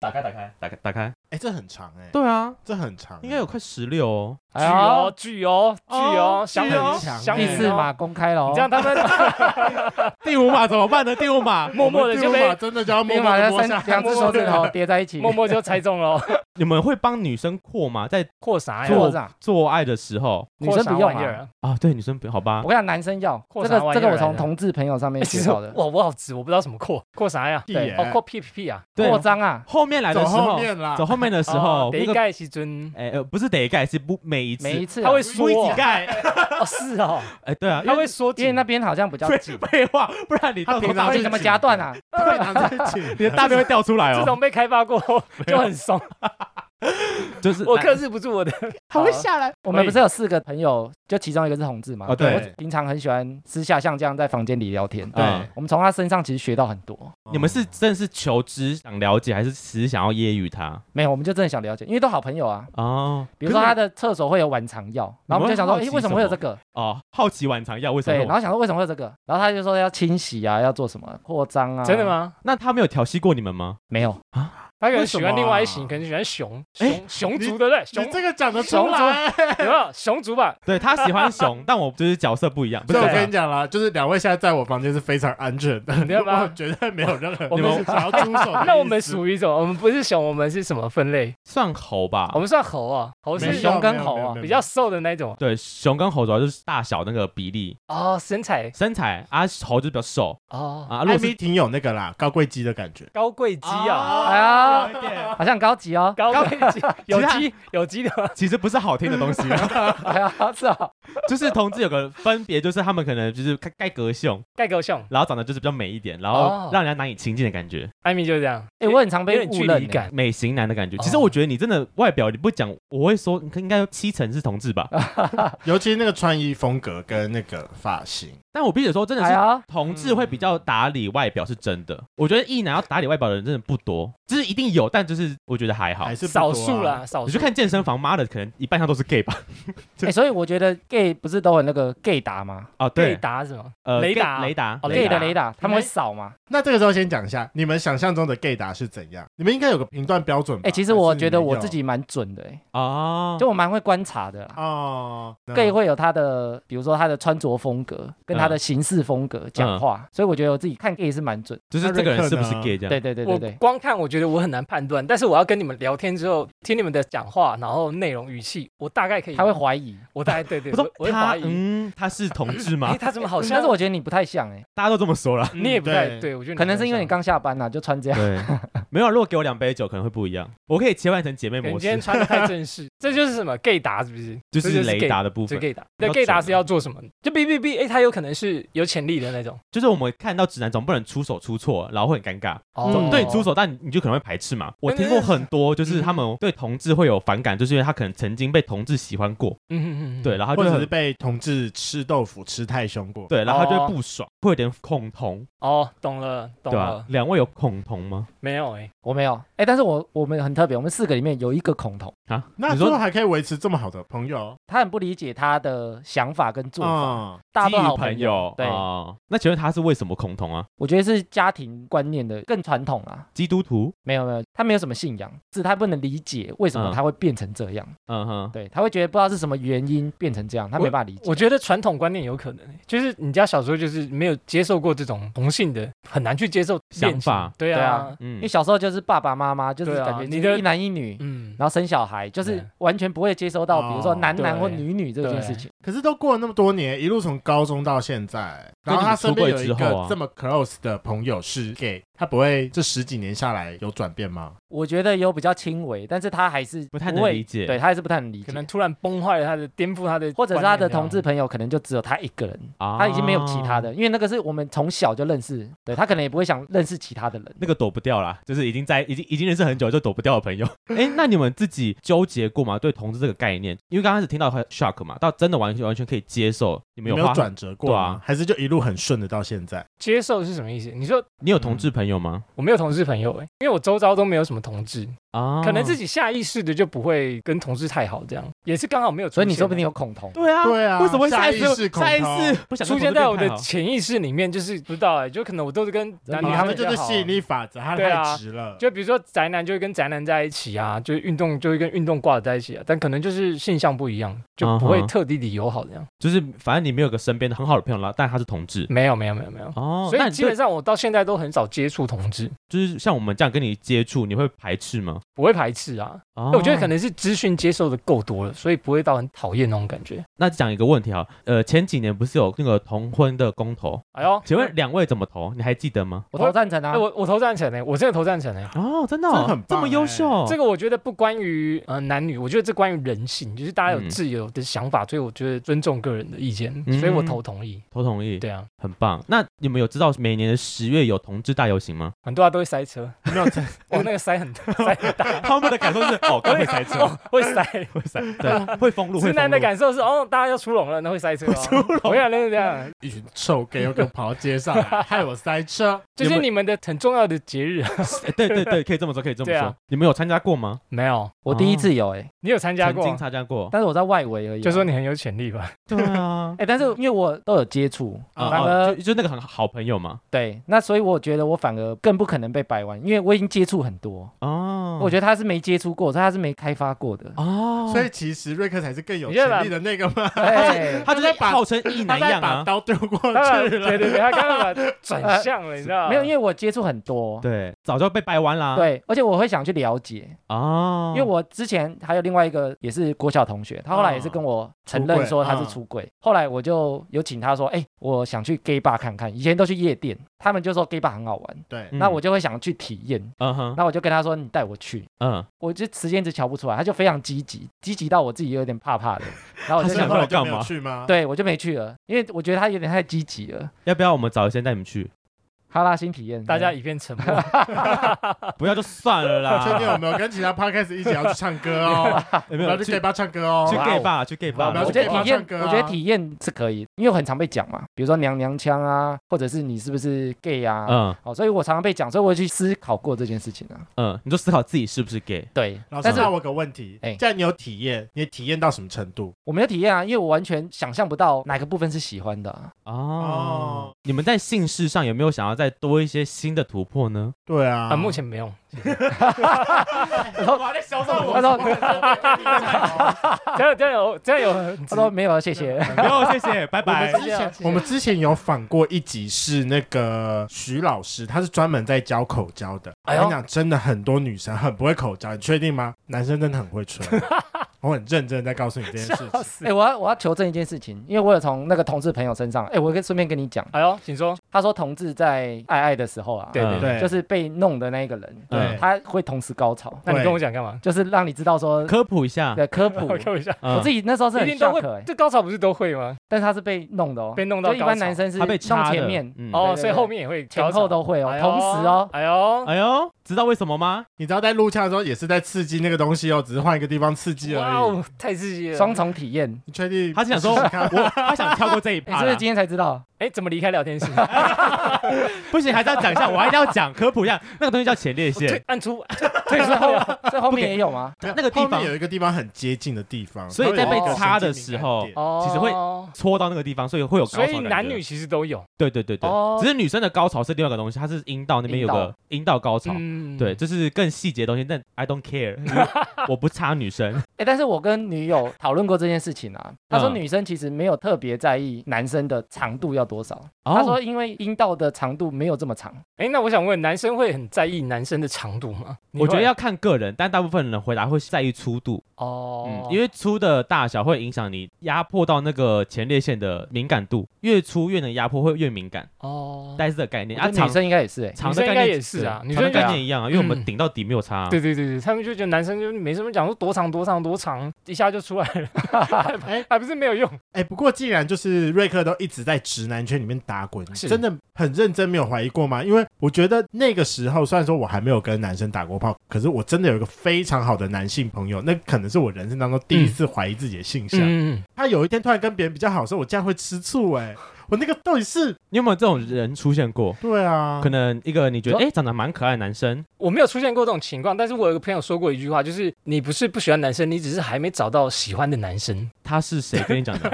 D: 打开打开打开打开。
C: 哎，这很长哎，
D: 对啊，
C: 这很长，哎
D: 应该有快十六哦。
A: 巨
B: 哎呦
A: 哦，巨哦，巨哦，想
C: 巨哦
A: 很想
B: 第
A: 很
B: 四
A: 哦
B: 码公开了哦
A: 你这，样他们
D: 第五码怎么办呢？第五码
A: 默默的
C: 我们
A: 就
C: 第五码
A: 被
C: 真的就要
B: 立
C: 默默
B: 马
C: 的
B: 要
C: 摸下
B: 三，两只手指头叠在一起，
A: [laughs] 默默就猜中了哦，
D: 你们会帮女生扩吗？在
A: 扩啥呀？
B: 做
D: 做
B: 啥？
D: 做爱的时候
B: 女生不用
A: 玩意儿
B: 啊。
A: 啊。
D: 啊，对女生不好吧
B: 我？跟你讲，男生要
A: 扩
B: 这
A: 啥
B: 个
A: 玩
B: 这
A: 意
B: 个，我
A: 儿
B: 从
A: 来的
B: 同志朋友上面
A: 哎 [laughs] 其
B: 学
A: 实
B: 到
A: 我
B: 的。
A: 我我好直，我不知道什么扩扩啥呀？
C: 屁
B: 对
C: 耶
A: 哦，扩屁屁屁啊！
D: 对，
B: 扩张啊，
D: 后面啊来的
C: 走
D: 时
C: 后
D: 候，
C: 面啦，
D: 走后面的时
A: 哦
D: 候，
A: 得
D: 那
A: 一
D: 个
A: 盖西
D: [laughs]
A: 尊，
D: 哎呃不是得一盖，是不每一次
B: 每一次啊
A: 他会
D: 不一起
A: 缩，
D: 盖， [laughs]
A: 哦是哦，
D: 哎对啊，
A: 他会缩
B: 因为
A: 紧
B: 那。边好像比较紧
D: 废，废话，不然你
C: 他
D: 到头
C: 平常
B: 而
D: 到尾
B: 且
C: 是
B: 什么
C: 紧
B: 夹
C: 的
B: 断啊，
C: 非常之紧，
D: 你的大便会掉出
A: [laughs]
D: 来
A: 自
D: 哦，
A: 从被开发过后就很
B: [laughs]
A: 松，
D: 就是
A: 我克制不住我的。
B: 还会下来。我们
A: 可以
B: 不是有四个朋友，就其中一个是同志嘛
D: 哦，对
B: 我平常很喜欢私下像这样在房间里聊天。
D: 嗯
C: 对，
B: 我们从他身上其实学到很多，
C: 嗯
D: 你们是真的是求知想了解，还是只是想要揶揄他？
B: 没有，我们就真的想了解，因为都好朋友啊。
D: 哦，
B: 比如说他的厕所会有晚肠药，然后我们就想说，
D: 你们
B: 诶，为
D: 会好奇
B: 什么会有这个？
D: 哦，好奇晚肠药为什么
B: 对，
D: 会
B: 然
D: 有？
B: 后想说为什么会有这个，然后他就说要清洗啊，要做什么扩张啊？
A: 真的？吗？
D: 那他没有调戏过你们吗？
B: 没有，
A: 他可
C: 为
A: 能
C: 什
A: 喜
C: 么
A: 欢另外一
C: 啊
A: 型，可能喜欢熊
D: 哎
A: 熊熊
C: 你
A: 族，对不对？
C: 你 [laughs]
A: 熊
C: 这个讲得出
A: 熊
C: 来。
A: 族有没有熊族吧？
D: 对他喜欢熊，但我就是角色不一样，
C: [laughs]
D: 不
C: 所
D: 是
C: 以我
A: 对啊
C: 跟你讲啦，就是两位现在在我房间是非常安全的，
A: 知道吗
C: [laughs] 我绝对没有任何
A: 我们
C: 们
A: 是
C: 想要出手的意思。
A: [laughs] 那我们属于什么？我们不是熊，我们是什么分类？
D: 算猴吧？
A: 我们算猴啊，猴
C: 没有
A: 是
B: 熊跟
C: 没有
B: 猴啊
C: 没有没有
A: 比较瘦的那种
D: 对，熊跟猴主要就是大小那个比例、
A: 哦，身材
D: 身材啊，猴就比较瘦
A: 哦，
D: 啊。如
C: 艾
D: 果
C: 米
D: 是
C: 挺有那个啦，高贵鸡的感觉。
A: 高贵鸡啊，。
B: 哎呀，
D: 有一点
B: 好像很高级哦
A: 高贵鸡有
D: [laughs] 其他
C: 啊
A: 鸡有鸡
C: [laughs]
A: 的，
D: 其实不是好听的东西，
B: 哎呀，是啊，
D: 就是同志有个分别，就是他们可能就是盖盖格胸，
A: 盖狗熊，
D: 然后长得就是比较美一点，然
A: 哦
D: 后让人家难以亲近的感觉，
A: 艾米就是这样，
B: 哎，我很常
A: 有
B: 被
A: 点
B: 误
A: 距
B: 认
A: 离
B: 欸。
A: 感。
D: 美型男的感觉。
A: 哦
D: 其实我觉得你真的外表你不讲，我会说你应该有七成是同
A: [laughs]
D: 志吧。
C: 尤其那个穿衣风格跟那个发型，
D: 但我必须得说，
A: [laughs]
D: 真的
B: 哎
D: 是
B: 呀，
D: 同志会比较打理外表是真
A: 嗯
D: 的。我觉得一男要打理外表的人真的不多，就是一定有，但就是我觉得还好
C: 还。是不多
A: 少
C: 啊
A: 数啦，。少
D: 你
A: 数
D: 去。看健身房，妈的，可能一半上都是 gay 吧？
B: 哎，所以我觉得 gay 不是都有那个 gay 达吗
D: 哦，
A: 对
D: 对，
A: 打什么？
D: 呃
A: 雷
D: gay-
A: 达
D: 雷达
A: 哦雷
B: ？gay 的
A: 达哦
B: 雷达他们会扫吗？
C: 那这个时候先讲一下，你们想象中的 gay 达是怎样？你们应该有个评断标准吧。
B: 哎，其实
C: 还是
B: 我觉得
C: 没有
B: 我自己蛮准的，哎，
D: 哦，
B: 就我蛮会观察的啦。
C: 哦
B: gay 会有他的，比如说他的穿着风格，跟
A: 嗯
B: 他的行事风格、讲话，所以我觉得我自己看 gay 是蛮准。
D: 就是这个人是不
C: 那瑞
D: 是
C: 克呢
D: gay 这样？
A: 啊
B: 对对对对
A: 我
B: 对，
A: 光看我觉得我很难判断，但是我要跟你们聊天之后，听你们的讲话，然后内容语气，我大概可以。
B: 他会，怀疑，
A: 我大概对对，
D: 不是
A: 我我会
D: 他
A: 怀，疑。
D: 嗯，他是同志吗
A: 哎，？他怎么好像？
B: 但是我觉得你不太像哎，
D: 大家都这么说了。
A: 你也不太
C: 嗯
A: 对，我觉得
B: 可能是因为你
A: 不太像。
B: 刚下班啊呐，就穿这样。 [laughs]
D: 对， [laughs] 没有，如果给我两杯酒，可能会不一样。我可以切换成姐妹
A: 可能
D: 模
A: 今天
D: 式，
A: 穿的太正式，这就是什么 gay 达是不是？
D: 就
A: 这就是
D: 雷
A: gay
D: 达的部
A: 这
D: 分。
A: gay 达，
D: 比较
A: 那 gay 达
D: 准
A: 是要做什么？就 B B B，哎，他有可能是有潜力的那种。
D: 就是我们看到直男总不能出手出错，然后会很尴尬。
A: 哦
D: 对你出手，但你就可能会排斥嘛。我听过很多，就是
B: 嗯
D: 他们对同志会有反感，就是因为他可能曾经被同志喜欢过，
A: 嗯嗯嗯，
D: 对，，然后
C: 或
D: 他就
C: 者是
D: 很
C: 被同志吃豆腐吃太凶过。
D: 对，然后他就
B: 哦
D: 会不爽，会有点恐同，
A: 哦，懂了，懂
D: 对啊吧
A: 了？，
D: 两位有恐同吗？
A: 没有哎，
B: 我没有，哎，但是我我们很特别，我们四个里面有一个孔同，
D: 啊，
C: 那
D: 你
C: 最后
D: 说
C: 还可以维持这么好的朋友
B: 他很不理解他的想法跟做
A: 哦
B: 法，
C: 啊？
B: 大家
D: 基
B: 都好
D: 于
B: 朋
D: 朋
B: 友
D: 友，
B: 对，
D: 哦那请问他是为什么恐同啊？
B: 我觉得是家庭观念的更传统啦。
D: 基督徒？
B: 没有没有，他没有什么信仰，是他不能理解为什么
D: 嗯
B: 他会变成这样。
D: 嗯哼，
B: 对，他会觉得不知道是什么原因变成这样，他没办法理解。
A: 我觉得传统观念有可能欸，就是你家小时候就是没有接受过这种同性的，很难去接受
D: 想
A: 恋情
D: 法
A: 对
B: 对
A: 啊
B: 啊，
D: 嗯
B: 因为小时候就是爸爸妈妈就是
A: 对啊
B: 感觉
A: 你
B: 就是
A: 的
B: 一男一女，
A: 嗯，
B: 然后生小孩，就是
A: 对
B: 完全不会接收到比如说
C: 哦
B: 男男
A: 对
B: 或女女这件事情。
C: 可是都过了那么多年，一路从高中到现在，然后他身边有
D: 跟
C: 一
D: 你出柜之后
C: 个
D: 啊
C: 这么 close 的朋友是 gay，他不会这十几年下来有转变吗？
B: 我觉得有比较轻微，但是他还是
D: 不太
B: 会
D: 能理解
B: 对他还是不太能理
A: 可
B: 解，
A: 能突然崩坏了他的，颠覆他的观念，
B: 或者是他的
A: 这样
B: 同志朋友可能就只有他一个人，
D: 啊
B: 他已经没有其他，
A: 哦
B: 的，因为那个是我们从小就认识，对他可能也不会想认识其他的人。
D: 那个躲不掉啦，就是已经在已经已经认识很久就躲不掉的朋友。 [laughs] 哎，那你们自己纠结过吗？对同志这个概念，因为刚开始听到很 shock 嘛，到真的完全完全可以接受，你
C: 你
D: 们
C: 没
D: 有
C: 有
D: 花
C: 转折过
D: 对
C: 吗
D: 啊？
C: 还是就一路很顺的到现在？
A: 接受是什么意思？你说
D: 你有同志朋友吗？
A: 我没有同志朋友、欸，因为我周遭都没有什么同志，
C: 嗯
D: 啊，
A: 可能自己下意识的就不会跟同志太好，这样也是刚好没有出
B: 所
A: 现啊，
B: 以你说不定有恐同，
D: 对啊，
C: 对啊
D: 为什么会
C: 下
D: 下
C: 意识恐
D: 下意
C: 同
D: 识不想跟
A: 出
D: 同
A: 现
D: 志
A: 在我
D: 变态
A: 的
D: 哦
A: 潜意识里面，就是不知道哎、就可能我都是跟男女
B: 啊
C: 他
A: 他
C: 们
A: 们
B: 这
C: 就
B: 比较
C: 是
B: 好
C: 吸引力法则，他
A: 对啊
C: 太直了。
A: 就比如说宅男就会跟宅男在一起啊，就是运动就会跟运动挂在一起啊，但可能就是性向不一样，就不会
D: 嗯哼
A: 特地理由好这样。
D: 就是反正你没有个身边的很好的朋友啦，但他是同
C: 嗯
D: 志
A: 没有没有没有没有，
D: 哦，
A: 所
D: 那
A: 以
D: 你
A: 基本
D: 对
A: 上我到现在都很少接触同志，
D: 就是像我们这样跟你接触，你会排斥吗？
A: 不会排斥啊。
D: 哦
A: 我觉得可能是资讯接受的够多了，所以不会到很讨厌那种感觉。
D: 那讲一个问题哈，呃，前几年不是有那个同婚的公投，
A: 哎呦，
D: 请问两位怎么投？你还记得吗？
B: 我投赞成啊
A: 哎，。我我投赞成呢、我真的投赞成呢、
D: 哦，真的、哦，
C: 这很棒
D: 这么优秀，
A: 这个我觉得不关于呃男女，我觉得这关于人性，就是大家有
D: 嗯
A: 自由的想法，所以我觉得尊重个人的意见，
D: 嗯
A: 所以我投同意。
D: 投同意，
A: 对啊，
D: 很棒。那你们有知道每年的十月有同志大游行吗？
A: 很多啊人都会塞车，
D: [laughs]
C: 没有
A: [laughs]
C: 真
A: 我、那个塞很大，塞很大，
D: 他们的感受是，哦，刚会塞车，
A: [laughs] 哦会
B: [laughs]
A: 塞。
D: 会塞， [laughs] 对，会封路，会
A: 直男的
D: 封路
A: 感受是，哦，大家要出笼了，那会塞车、
B: [laughs]
A: 啊。出笼，我想就是这样，
C: 一群臭 gay 又给我跑到街
A: [laughs]
C: 上来，害我塞车。
A: 这是你们的很重要的节日。 [laughs]
D: 哎对对对，可以这么说，可以这么
A: 对
D: 说。
A: 啊
D: 你们有参加过吗？
A: 没有，
B: 我第一次有哎、
A: 你有参加
D: 曾经
A: 过？
D: 参加
B: [laughs]
D: 过，
B: 但是我在外围而已啊、
A: 哦就说你很有潜力
B: [laughs]
A: 吧。
D: 对啊
B: 哎、，但是因为我都有接触，
C: 啊
B: 反
D: 啊
B: 而
D: 就就那个很好朋友嘛，
B: 对，那所以我觉得我反而更不可能被掰弯，因为我已经接触很多，
A: 嗯
D: 哦，
B: 我觉得他是没接触过，所以他是没开发过的。
D: 哦，
C: 所以其实瑞克才是更有
A: 你现在把
C: 潜力的那个吗？
A: [laughs]
B: 对，
C: 他
D: 他就是
C: 在把
D: 号称一
C: 他
D: 男一
C: 在
D: 样
C: 把
D: 啊，
C: 刀丢过
B: 哦
A: 当然，
C: 去了。
A: 对对对，他刚刚把它
B: [laughs]
A: 转向了，你知道吗？
B: 没有，因
A: 为
B: 为我接触很多，
D: 对，早就被掰弯
A: 啊
D: 啦，
B: 对，而且我会想去了解，
D: 哦，
B: 因为我之前还有另外一个也是国小同学，他后来也是跟我承认说他是出轨，后来我就有请他说，哎、我想去 gay bar 看看，以前都去夜店，他们就说 gay bar 很好玩，
C: 对
D: 嗯
B: 那我就会想去体验，
D: 嗯哼，
B: 那我就跟他说你带我去。
D: 嗯，
B: 我就时间一直瞧不出来，他就非常积极，积极到我自己有点怕怕的，然后我
D: 他
B: 就
C: 所以
B: 想说，
C: 后
D: 想到
C: 来
D: 我
C: 就
D: 干
C: 没有
D: 嘛
C: 去吗？
B: 对我就没去了，因为我觉得他有点太积极了。
D: 要不要我们早一天带你们去？
B: 哈拉新体验，
A: 大家一片沉默。
D: 不要就算了
C: [laughs] 确定我
D: 啦，
C: 们有跟其他 podcast 一起要去唱歌哦，
D: 有
C: 我
D: 没
C: 们要
D: 有
C: 去
D: 去
C: gay 吧唱歌哦
D: 去。
A: 哇
D: gay
A: 哦
D: 吧，去 gay 吧，
C: 我们要
B: 我
C: 去
B: 觉
C: gay
B: 得
C: bar
B: 体验，
C: 唱歌啊
B: 我觉得体验是可以，因为我很常被讲嘛，比如说娘娘腔啊，或者是你是不是 gay 啊，
D: 嗯
B: 哦，所以我常常被讲，所以我去思考过这件事情啊。
D: 嗯，你就思考自己是不是 gay，
B: 对，
C: 老师，
B: 但是
C: 那我有个问题，
B: 哎
C: 既然你有体验，你体验到什么程度？
B: [laughs] 我没有体验啊，因为我完全想象不到哪个部分是喜欢的啊、
D: 哦
C: 哦，
D: 你们在性事上有没有想要再多一些新的突破呢？
C: 对啊
A: 啊，目前没
B: [laughs]
A: 有，
B: 然后
C: 还在销
B: 售我我
A: [laughs] 这样这样有这样有
B: [laughs] 他说没有啊，谢谢。
C: [laughs]
D: 没有，谢谢，拜
C: 我们
D: 拜
C: 之。前我们之前有访过一集是那个徐老师，他是专门在教口交的。
A: 哎
C: 我
A: 呦
C: 跟你讲，真的很多女生很不会口交，你确定吗？男生真的很会吹。我很认真地在告诉你这件事情。
B: 哎、我要我要求证一件事情，因为我有从那个同志朋友身上，哎、我跟顺便跟你讲，
A: [laughs] 哎呦，请说。
B: 他说同志在爱爱的时候啊，
A: 对对对，
D: 嗯
C: 对，嗯
B: 就是被弄的那一个人，
C: 对
B: 他会同时高潮，
A: 那你
C: 对
A: 跟我讲干嘛？
B: 就是让你知道说，
D: 科普一下，
B: 对科普
A: [laughs] 我，开玩笑，
D: 嗯
B: 我自己那时候是
A: 一
B: 很
A: 定都
B: shock
A: 会
B: 哎、，
A: 这高潮不是都会吗？
B: 但是他是被弄的哦，
A: 被弄到
B: 就一般
A: 高潮
B: 男生是
D: 他被
B: 弄
D: 插的
B: 前面，
D: 嗯
A: 哦，
B: 对对
A: 所以
B: 对
A: 后面也会
B: 前
A: 高
B: 后
A: 潮
B: 都会哦
A: 哎，呦
B: 同时哦，
A: 哎呦，
D: 哎呦，知道为什么吗？
C: 你知道在录枪的时候也是在刺激那个东西哦，只是换一个地方
D: 哎
C: 刺激
A: 哇
C: 而已。
A: 哦，太刺激了！
B: 双重体验。
C: 你确定？
D: 他是想说，我他想跳过这一
B: [laughs] 你
D: 趴
B: 是不
D: 啦
B: 是，今天才知道？
A: 哎，怎么离开聊
D: [laughs]
A: 天室？
D: 不行，还是要讲一下，我还一定要讲科普一下，那个东西叫前列腺，
A: 哦按出
B: 所以后，所以后面也有吗？
C: 没有
D: 那个地方
C: 后面有一个地方很接近的地方，
D: 所以在
A: 被
D: 插的时候
C: 它会有一个神经敏
A: [laughs]
C: 感点
A: 哦，
D: [laughs] 其实会戳到那个地方，所以会有高潮
A: 所
D: 感
A: 以
D: 觉。
A: 男女其实都有。
D: 对对对对
A: 哦，
D: 只是女生的高潮是另外一个东西，它是阴道那边有个阴道高潮，
A: 嗯
D: 对，，这是更细节的东西，但 I don't care，我
B: [laughs]
D: 不插女生，
B: 哎、但是我跟女友讨论过这件事情啊，她说
D: 嗯
B: 女生其实没有特别在意男生的长度要多少。
D: 哦
B: 他说因为阴道的长度没有这么长，
A: 哎，那我想问，男生会很在意男生的长度吗？你
D: 我觉得
A: 会
D: 要看个人，但大部分人回答会在意粗度，
A: 哦
D: 嗯，，因为粗的大小会影响你压迫到那个前列腺的敏感度，越粗越能压迫，会越敏感，
A: 哦，
D: 大概是这个概念。啊，
B: 我觉得
D: 长
B: 女生应该也是哎、
D: 长
A: 女
D: 的
A: 生
D: 概
A: 应该
D: 念
A: 也是啊，女
D: 长的
A: 生
D: 概
A: 也。
D: 念一样啊，因为我们
A: 嗯
D: 顶到底没有差啊。
A: 对对对对，他们就觉得男生就没什么讲，说多长多长多长， [laughs] 一下就出来
D: [laughs]
A: 了，还还不是没有用。
C: 哎，不过既然就是瑞克都一直在直男圈里面打滚，
A: 是
C: 真的很认真，没有怀疑过吗？因为我觉得那个时候，虽然说我还没有跟男生打过炮，可是我真的有一个非常好的男性朋友，那可能是我人生当中第一次怀疑自己的性向。
A: 嗯，嗯
C: 他有一天突然跟别人比较好的时候，我竟然会吃醋、哎，我那个到底是
D: 你有没有这种人出
A: [laughs]
D: 现过？
C: 对啊，
D: 可能一个你觉得哎长得蛮可爱的男生，
A: 我没有出现过这种情况，但是我有个朋友说过一句话，就是你不是不喜欢男生，你只是还没找到喜欢的男
D: [laughs]
A: 生。
D: 他是谁跟你
A: [laughs]
D: 讲的？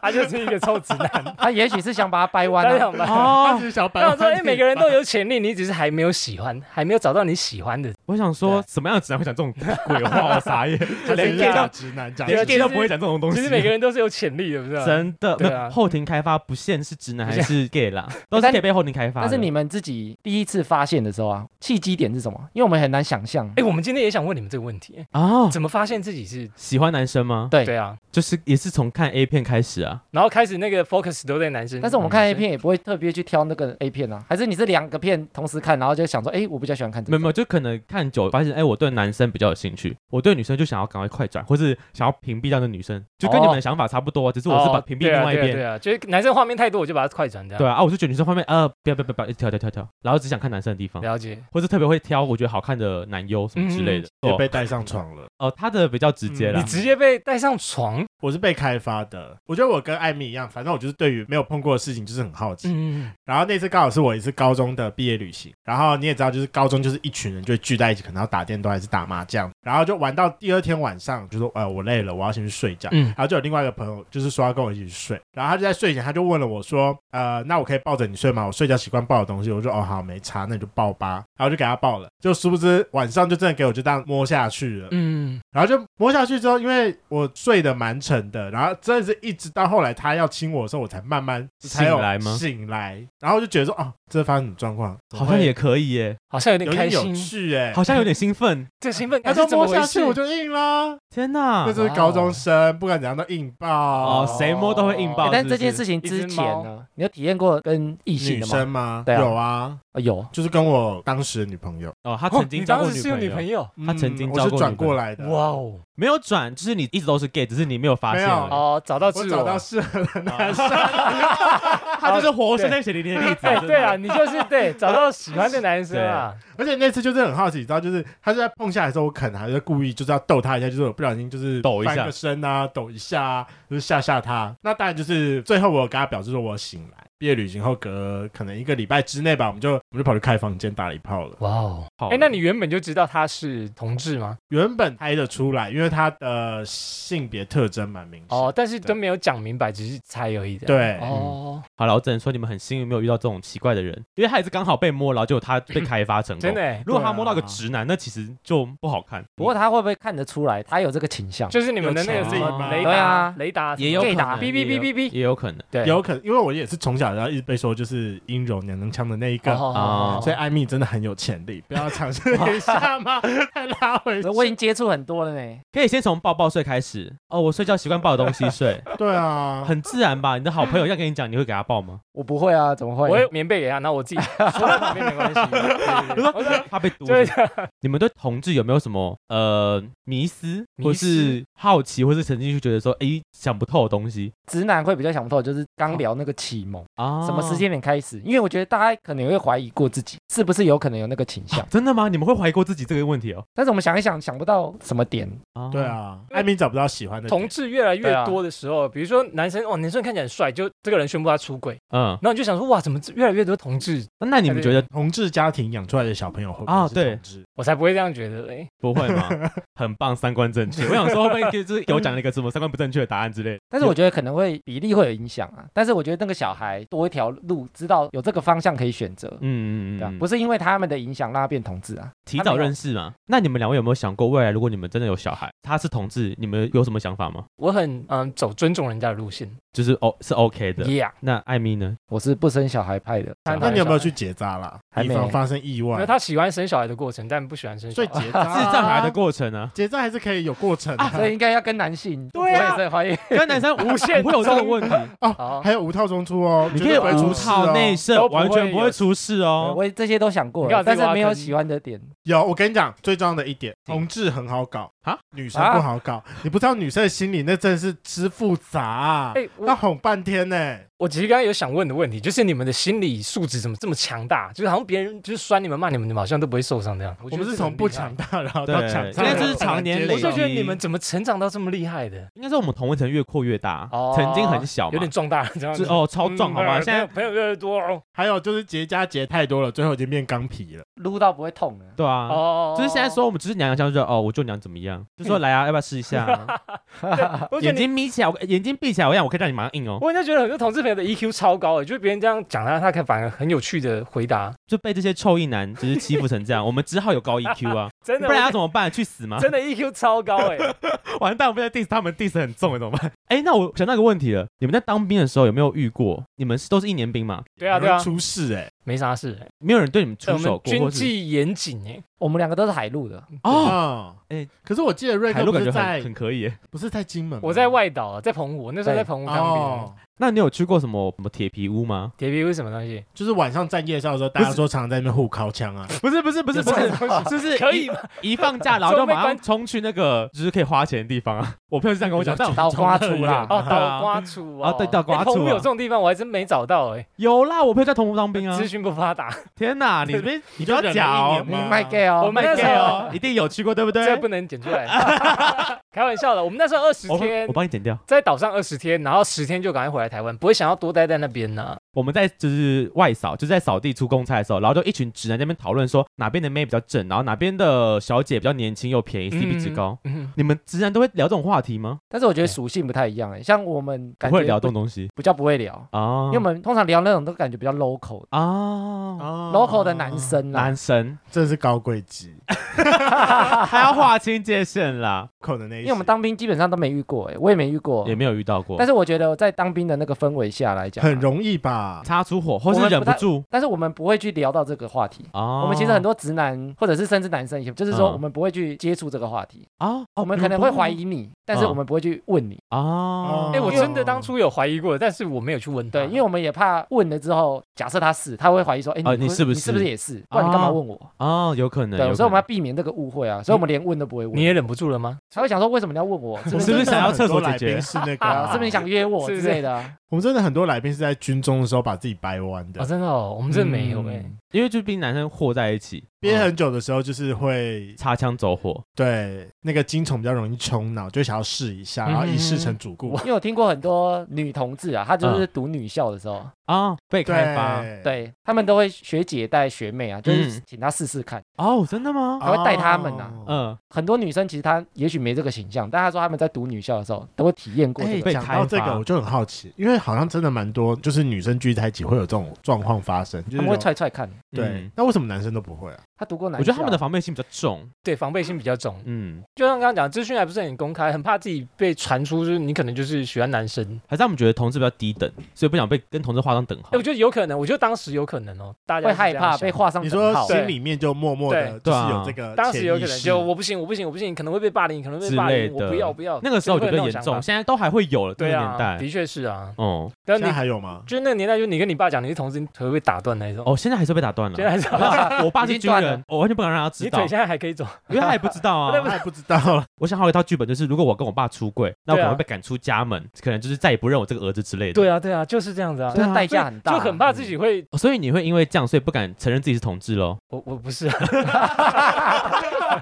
A: 他就是一个臭直
D: [laughs]
A: 男，
B: 他欸也许是想把它掰弯、
A: 他
B: 啊，
A: 想吧。
C: 他
D: 哦，
C: 只是小白
A: 那我说，
C: 花
A: 哎、
C: 你
A: 每个人都有潜力，你只是还没有喜欢，还没有找到你喜欢的。
D: 我想说
A: 啊
D: 什么样的直男会讲这种鬼话？我傻眼，
C: 就是
D: 连 gay
C: 大
D: 都
C: 直男讲，
D: 连
A: 对
D: gay 都不会讲这种东西。
A: 啊其实每个人都是有潜力的，不是吗？
D: [laughs] 真的，
A: 对
D: 没
A: 啊
D: 有后庭开发不限是直男还是
A: [laughs]
D: gay 啦，都是
B: 但
D: 可以被后庭开发的。
B: 但是你们自己第一次发现的时候啊，契机点是什么？因为我们很难想象。
A: 哎、我们今天也想问你们这个问题，
D: 哦，
A: 怎么发现自己是？
D: 喜欢男生吗？
B: 对
A: 对啊，
D: 就是也是从看 A 片开始啊。
A: 然后开始那个 focus 都在男生，
B: 但是我们看
A: 嗯
B: A 片也不会特别去挑那个 A 片啊，还是你是两个片同时看，然后就想说，哎，我比较喜欢看这
D: 没有
B: 个。
D: 没有，就可能看久发现，哎，我对男生比较有兴趣，我对女生就想要赶快快转，或是想要屏蔽掉那女生，就跟你们的想法差不多，只是我是把
A: 哦
D: 屏蔽
A: 对啊
D: 另外一
A: 对啊
D: 边
A: 对。啊，就是男生画面太多，我就把它快转掉。
D: 对啊，啊，我就觉得女生方面，呃，不要不要不要不要，跳跳跳跳，然后只想看男生的地方，
A: 了解。
D: 或是特别会挑我觉得好看的男优什么之类的。
A: 嗯
C: 也
D: 哦
C: 被带上床了。
D: 哦，他的比较直接
C: 嗯
D: 啦
A: 你。直接被带上床，
C: 我是被开发的，我觉得我跟艾米一样，反正我就是对于没有碰过的事情就是很好奇。
A: 嗯，
C: 然后那次刚好是我一次高中的毕业旅行，然后你也知道，就是高中就是一群人就会聚在一起，可能要打电动还是打麻将，然后就玩到第二天晚上，就说呃我累了，我要先去睡觉。
A: 嗯
C: 然后就有另外一个朋友，就是说要跟我一起去睡，然后他就在睡前他就问了我说，呃，那我可以抱着你睡吗？我睡觉习惯抱的东西，我说哦好没差，那你就抱吧。然后就给他抱了，就殊不知晚上就真的给我就这样摸下去了，
A: 嗯，
C: 然后就摸下去之后，因为我睡得蛮沉的，然后真的是一直到后来他要亲我的时候，我才慢慢才有
D: 醒来吗
C: 醒来，然后就觉得说，哦，这发生什么状况？
D: 好像也可以耶，
A: 好像有
C: 有
A: 点开
C: 点
A: 心
C: 有，趣哎、
D: 好像有点兴奋。
A: 这兴奋
C: 他
A: 感
C: 就是
A: 怎么
C: 摸
A: 回
C: 下去
A: 事？
C: 我就硬啦，
D: 天哪
C: 那！就是高中生，不管怎样都硬
D: 哦
C: 爆。，
D: 谁摸都会硬
B: 诶
A: 哎
D: 爆。
B: 但
D: 是
B: 这
D: 不
B: 件
D: 是
B: 事情
A: 一
B: 之
A: 只
B: 前呢，你有体验过跟异性
C: 女
B: 的
C: 生
B: 吗？
C: 吗？
B: 对啊
C: 有啊，
B: 啊有，
C: 就是跟我当时的女朋友，
D: 哦，他
A: 哦
D: 曾经
A: 你
D: 交过
A: 当时是有
D: 女
A: 女
D: 朋
A: 朋
D: 友，
A: 友，
D: 他曾经
C: 嗯
D: 交
C: 我是
D: 过
C: 转
D: 女朋友
C: 过来的，
A: 哇哦，
D: 没有转，就是你一直都是 gay，只是你没有发现而已。
C: 没有
A: 哦，找到自
C: 我
A: 我，
C: 找到适合的
A: [laughs]
C: 男
A: 啊
C: 生。
D: [laughs] 他就是活生生血淋淋的例子啊。
A: 哎，
D: 真的
A: 对啊，，你就是对找到喜欢的男生啊，
C: 而且那次就是很好奇，你知道，就是他就在碰下来的时候，我可能还是故意就是要逗他一下，就是我不小心就是
D: 抖一下
C: 翻个身啊，抖一下啊，就是吓吓他。那当然就是最后我有跟他表示说我醒来，毕业旅行后隔可能一个礼拜之内吧，我们就我们就跑去开房间打了一炮了。
A: 哇哦，
D: 好
A: 哎，那你原本就知道他是同志吗？
C: 原本猜得出来，因为他的性别特征蛮明显。
A: 哦，但是都没有讲明白，只是猜而已的。，
C: 对，
A: 哦，
D: 好了，我只能说你们很幸运没有遇到这种奇怪的人，因为他也是刚好被摸，然后就他被开发成
A: [laughs]
D: 功。
A: 真的欸，
D: 如果他
C: 对啊
D: 摸到个直男，那其实就不好看。
B: 不过他会不会看得出来他有这个倾向？
A: 就是你们的那个什么
C: 有差
A: 雷
B: 对
A: 达
B: 啊，
A: 雷达
D: 也有可
B: gay
D: 能
B: 打，
A: 哔哔哔哔哔
D: 嗯也有可能。
A: 对
C: 有可能，因为我也是从小然后一直被说就是阴柔娘娘腔的那一个，
A: 啊
D: 哦
C: 所以艾米真的很有潜力，不要尝试
D: [laughs]
C: 一下吗？再拉回
B: [laughs]
C: 去。
B: 我已经接触很多了呢。
D: 可以先从抱抱睡开始。哦，我睡觉习惯抱的东西
A: [laughs]
D: 睡，
C: 对啊，
D: 很自然吧？你的好朋友要跟你讲，你会给他抱吗？
B: 我不会啊，怎么会？
A: 我有棉被给他，那我 [laughs] 自己啊缩在旁边没关系。 [laughs]
D: [laughs]
A: 对对对我说
D: 怕被毒。
A: 对啊的，
D: [laughs] 你们对同志有没有什么呃迷思，
A: 迷
D: 或
A: 思
D: 是好奇，或是曾经就觉得说，诶，想不透的东西
B: 直男会比较想不透，就是刚聊那个启蒙，
D: 啊？
B: 什么时间点开始？因为我觉得大家可能会怀疑过自己是不是有可能有那个倾向 [laughs]
D: 啊？，真的吗？你们会怀疑过自己这个问题哦？
B: 但是我们想一想，想不到什么点。
D: 啊
C: 对，啊，艾米找不到喜欢的
A: 哦同
C: 同
A: 志越来
B: 对
A: 越
B: 啊
A: 多的时候，比如说男生哦，男生看起来很帅，就这个人宣布他出轨，
D: 嗯，
A: 然后你就想说哇，怎么越来越多同志？
D: 那你们觉得
C: 同志家庭养出来的小朋友会不
D: 啊
C: 会是
D: 对
C: 同志？
A: 我才不会这样觉得嘞。
D: 不会吗？ [laughs] 很棒，三观正确。我想说，会不会就是有讲了一个什么三观不正确的答案之类的？
B: 但是我觉得可能会比例会有影响啊。但是我觉得那个小孩多一条路，知道有这个方向可以选择。
D: 嗯嗯嗯
B: 对啊
D: 嗯，，
B: 不不是因为他们的影响让他变同志啊。
D: 提早认识嘛。那你们两位有没有想过，未来如果你们真的有小孩，他是同志，你们有什么想法吗？
A: [laughs] 我很嗯走尊重人家的路线
D: 就是哦，是 OK 的。
A: ，Yeah。
D: 那艾米呢？
B: 我是不生小孩派的，
A: 那
C: 那你有没有
A: 小
C: 去结扎啦？
B: 还
C: 以
B: 没
C: 防发生意
A: 因
C: 外
A: 为。他喜欢生小孩的过程，但不喜欢生小
C: 所以
A: 孩。
C: 结扎
D: 智障孩的过程啊呢、
C: [laughs] 结扎还是可以有过程啊
A: 啊
C: 的。
B: 啊所以应该要跟男性。
A: 对啊
B: 我也是怀疑。
D: 跟男 [laughs] 生无限会有这个问题，
A: [laughs] 好，
C: 还有无套中出哦，
D: 你
C: 绝
D: 可以
C: 对不会
D: 无
C: 出事
D: 套内
C: 哦。
D: 射，
A: 都不会
D: 完全不会出事哦。
B: 我也这些都想过
A: 啊你看
B: 了，
A: 我自
B: 但
A: 己
B: 是没
A: 挖坑
B: 有喜欢的点。
C: 有，我跟你讲，最重要的一点，同志很好搞
D: 啊，
C: 女生不好搞。你不知道女生的心理那真的是之复杂啊，
A: 哎，我
C: 要哄半天呢。
A: 我其实刚刚有想问的问题，就是你们的心理素质怎么这么强大？就是好像别人就是酸你们骂你们，你们好像都不会受伤这样。
C: 我
A: 我
C: 们是从不强
A: 大，
C: 大，然后
D: 对
C: 到强大，
A: 现在就是
C: 然后
D: 常年
C: 接
D: 累
A: 我
C: 受
A: 就觉得
D: 积
A: 你们怎么成长到这么厉害的？
D: 应该是我们同温层越扩越大
A: 哦，
D: 曾经很小
A: 有
D: 嘛
A: 点，壮大，这样
D: 是
A: 子。
D: 哦超壮好吗？
A: 嗯
D: 现在
A: 朋友朋友越来越多哦。
C: 还有就是结痂结太多了，最后已经变钢皮了。
B: 撸到不会痛的。
D: 对啊，
A: 哦，
D: 就是现在说我们只是娘娘腔，就说哦我舅娘怎
A: [laughs]
D: 么样，就说来啊，要不要试一下啊？
A: 我觉得
D: 眼
A: 你
D: 睛眯起来，我眼睛闭起来，我想我可以让你马上硬哦，
A: 我人家觉得很多同志朋友的 EQ 超高欸诶，就是别人这样讲他，他可以反而很有趣的回答，
D: 就被这些臭意男就是欺负成
A: [laughs]
D: 这样，我们只好有高 EQ 啊，
A: 真的，
D: 不然要怎么办？去死吗？
A: 真的 EQ 超高欸诶。
D: [laughs] 完蛋，我被在 diss 他们 diss 很重，怎
A: [laughs]
D: 么办？哎，那我想到一个问题了，你们在当兵的时候有没有遇过？你们是都是一年兵嘛？
A: 对啊对
C: 有
A: 啊
C: 人，出事哎，
A: 没啥事诶，
D: 没有人对你们
A: 我
D: 出手
A: 们
D: 过，
A: 军
D: 或是
A: 纪严谨欸诶。
B: 我们两个都是海陆
D: [laughs]
B: 的，
D: 哦，
C: 哦，
D: 哎
C: 哎，可是我记得瑞
D: 海
C: 哥
D: 陆
C: 不
D: 感
C: 是
D: 觉
C: 在
D: 很很可以耶。
C: 不是在金门吗，
A: 我在外岛啊，在澎湖，那时候在澎湖当兵。啊
C: 哦，
D: 那你有去过什么什么铁皮屋吗？
A: [laughs] 铁皮屋是什么东西？
C: 就是晚上站夜校的时候，大家说常常在那边互敲枪啊，
D: 不是不是不是不
A: 有
D: 是
A: 这种 [laughs] 东，西
D: 就是
A: 可以
D: 一一放假，然后就马上冲去那个就是可以花钱的地方啊。我朋友是这样跟
A: [laughs]
D: 我讲，但我
B: 刀刮出啦。
A: 哦，
D: 对啊
A: 倒瓜处
D: 啊
A: 哦，
D: 对倒瓜
A: 哎澎
D: 处
A: 湖
D: 啊
A: 有这种地方，我还真没找到哎，
D: 有啦，我朋友在同湖当兵啊
B: 呃
A: 资。讯不发达，
D: 天哪，你这边你不要
C: 就忍了
D: 假
C: 一
D: 哦
C: 年，
B: 你
C: 吗
B: 卖 gay 哦，
A: 我们那时候
D: 对哦，一定有去过对不对？
A: 这不能剪出来。开玩笑的，我们那时候二十
D: 我会
A: 天
D: 我帮你剪掉。
A: 在岛上二十天，然后十天就赶快回来台湾，不会想要多待在那边啊呢。
D: 我们在就是外扫，就是在扫地出公差的时候，然后就一群直男在那边讨论说哪边的妹比较正，然后哪边的小姐比较年轻又便宜，CP 值高。
A: 嗯，
D: 你们直男都会聊这种话题吗？
B: 但是我觉得属性不太一样哎，像我们
D: 不
B: 感觉
D: 会聊这种东西
B: 比较不会聊，
D: 啊？
B: 因为我们通常聊那种都感觉比较 local
D: 啊，
C: 哦
B: local 的男，生啦 [laughs]
D: 男，神
C: 真的是高贵级，
D: 还要划清界限啦，
C: 可能那一些，
B: 因为我们当兵基本上都没遇过哎，我也没遇过
D: 嗯也，没有遇到过。
B: 但是我觉得在当兵的那个氛围下来讲啊，
C: 很容易吧，
D: 擦出火或是忍不住
B: 但是我们不会去聊到这个话题。
D: 啊。
B: 我们其实很多直男，或者是甚至男生，也就是说
D: 嗯
B: 我们不会去接触这个话题，
D: 啊，哦
B: 我们可能会怀疑你，但是我们不会去问你，
D: 啊
A: 哎，
C: 哦
A: 我真的当初有怀疑过，但是我没有去问他。
D: 嗯
B: 对，因啊为我们也怕问了之后，假设他是，他会怀疑说，哎，
D: 啊你
B: 你
D: 是不
B: 不
D: 是
B: 是不是也是？不然你干嘛
D: 啊
B: 问我？
D: 啊，有可能。
B: 对，
D: 有
B: 所以我
D: 可
B: 们要
D: 能
B: 避免这个误会啊，所以我们连问都不会
A: 你
B: 问，
A: 也忍不住了吗？
B: 才会想说为什么你要问我？是不
C: 我们
B: 是
D: 是不
C: 真的
D: 是想要
C: 很多
D: 厕所解
C: 来
D: 决
C: 宾是那个
B: 啊？
C: 啊，
B: 是不是你想约我
A: 是不
B: 之
A: 是
B: 类的啊？
C: 我们真的很多来宾是在军中的时候把自己掰弯
A: 哦，
D: 啊
C: 的，
A: 真的哦，我们真的没有哎。
B: 嗯
D: 因为就毕竟男生和在一起，
C: 憋
D: 嗯
C: 很久的时候就是会
D: 擦枪走火，
C: 对那个精虫比较容易冲脑，就想要试一
B: 嗯
C: 下，然后一试成主顾。
B: 因为我听过很多女同志啊，她就是读女校的时候，
D: 啊，被开发
C: 对，
B: 对她们都会学姐带学妹啊，就是
D: 嗯
B: 请她试试看。
D: 哦，真的吗？
B: 还会带他们啊
C: 哦
D: 嗯，
B: 很多女生其实她也许没这个形象，但她说她们在读女校的时候都会体验过这
C: 哎，
B: 个。
D: 被
C: 讲
D: 开
C: 到这
D: 发
C: 个，我就很好奇，因为好像真的蛮多，就是女生聚在一起会有这种状况发生，
B: 他
C: 就是
B: 们会
C: 有
B: 踹踹看，
C: 对
D: 嗯。
C: 那为什么男生都不会啊？
B: 她读过男校，
D: 我觉得他们的防备心比较重，
A: 对，防备心比较重。
D: 嗯，
A: 就像刚刚讲，资讯还不是很公开，很怕自己被传出，就是你可能就是喜欢男生。
D: 还是他们觉得同志比较低等，所以不想被跟同志画上等号
A: 哎、。我觉得有可能，我觉得当时有可能哦，大家
B: 会
A: 是这样
B: 害怕被
A: 想。
B: 画上
C: 你
B: 等
C: 说
B: 号。
C: 心里面就默默的，
A: 对
D: 对
C: 就是
D: 啊
C: 有这个，
A: 当时有可能就我不行，我不行，我不行，可能会被霸凌，可能会被霸凌，
D: 之类的
A: 我不要不要。
D: 那个时候我觉
A: 就会
D: 得
A: 有
D: 严
A: 那种
D: 重，
A: 想法
D: 现在都还会有了。
A: 对
D: 那个年
A: 啊，
D: 代，
A: 的确是啊。
D: 哦
A: 但
C: 现
A: 你
C: 在还
A: [laughs]
C: 有吗？
A: 就是那个年代，就是你跟你爸讲你是同志，你腿会被打断那一种。
D: 哦，现在还是被打断
A: [laughs] 现在还
D: 了。
A: 是
D: 我爸 [laughs] 我爸
B: 已
D: 是
B: 经
D: 军
B: 断了
D: 人，我完全不敢让他知
A: 你
D: 道
A: 腿，现在还可以走，
D: [laughs] 因为他也不知道
A: 对
C: 我
A: 不 [laughs]
D: 啊。
A: 对
C: 还不知道，
D: 我想好一套剧本，就是如果我跟我爸出柜，那我
A: 对
D: 可
A: 啊
D: 能会被赶出家门，可能就是再也不认我这个儿子之类的。
A: 对啊，对啊，就是这样子啊，
B: 所以代价很大
A: 就很怕自己会，
D: 哦，所以你会因为这样，所以不敢承认自己是同志喽？
A: 我我不是啊，
B: 哎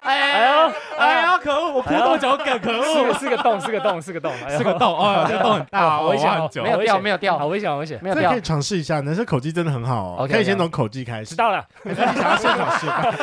A: 哎呦，
D: 哎呀，可恶！我铺多久梗？可
A: 啊是个
D: 恶！
A: 是个洞，是个洞， [laughs] 是个洞，哎呦
D: 是个洞，哦，这个洞很大，
A: 好危险
D: 我挖
A: 哦
D: 很久
B: 没。有
A: 危
B: 掉，
A: 险
B: 没有
A: 好
B: 掉，
A: 危险，好危险，
B: 没有
C: 这
B: 掉
C: 可以。尝试一下。男生口技真的很好哦，
A: OK，
C: 可以先
A: OK
C: 从口技开始。 [laughs]
A: 知道了，
C: 还是你想要现场示范？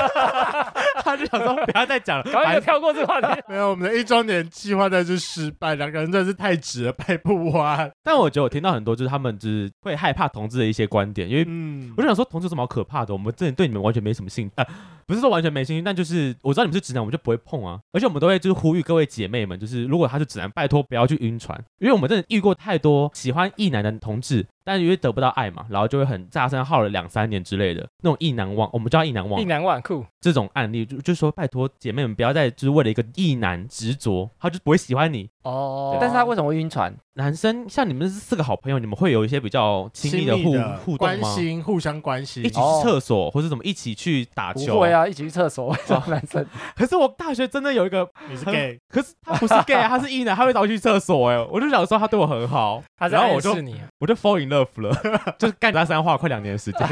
D: 他就想说不要再讲了，
A: 赶快就
D: 反正
A: 跳过这个话题。
C: 没有，我们的一周年计划真的是失败，两个人真的是太直了，掰不弯。
D: 但我觉得我听到很多就是他们就是会害怕同志的一些观点，因为
C: 嗯
D: 我就想说同志有什么好可怕的？我们真的对你们完全没什么兴趣、呃，不是说完全没兴趣，但就是我知道你们是直男，我们就不会碰啊。而且我们都会就是呼吁各位姐妹们，就是如果他是直男，拜托不要去晕船，因为我们真的遇过太多喜欢异男的同志，但因为得不到爱嘛，然后就会很炸声耗了两三年之类的那种意难忘，我们叫意难忘
A: 意难忘酷，
D: 这种案例，就就说拜托姐妹们不要再就是为了一个意男执着，他就不会喜欢你。
A: 哦
D: 对
B: 但是他为什么会晕船？
D: 男生像你们是四个好朋友，你们会有一些比较亲密的互互动
C: 关
D: 吗？
C: 心，互相关心
D: 一起。去厕所，或是怎么一起去打
B: 不
D: 球？
B: 会啊，一起去厕所，为什么男生？
A: 哦
D: 可是我大学真的有一个，
C: 你是 gay，
D: 可是他不是 gay，啊他是异男，他会找我去厕所哎、我就想说他对我很好，
A: 他在
D: 然后
A: 暗
D: 我就
A: 示你啊，
D: 我就 fall in love 了，就是干他三话快两年的时间，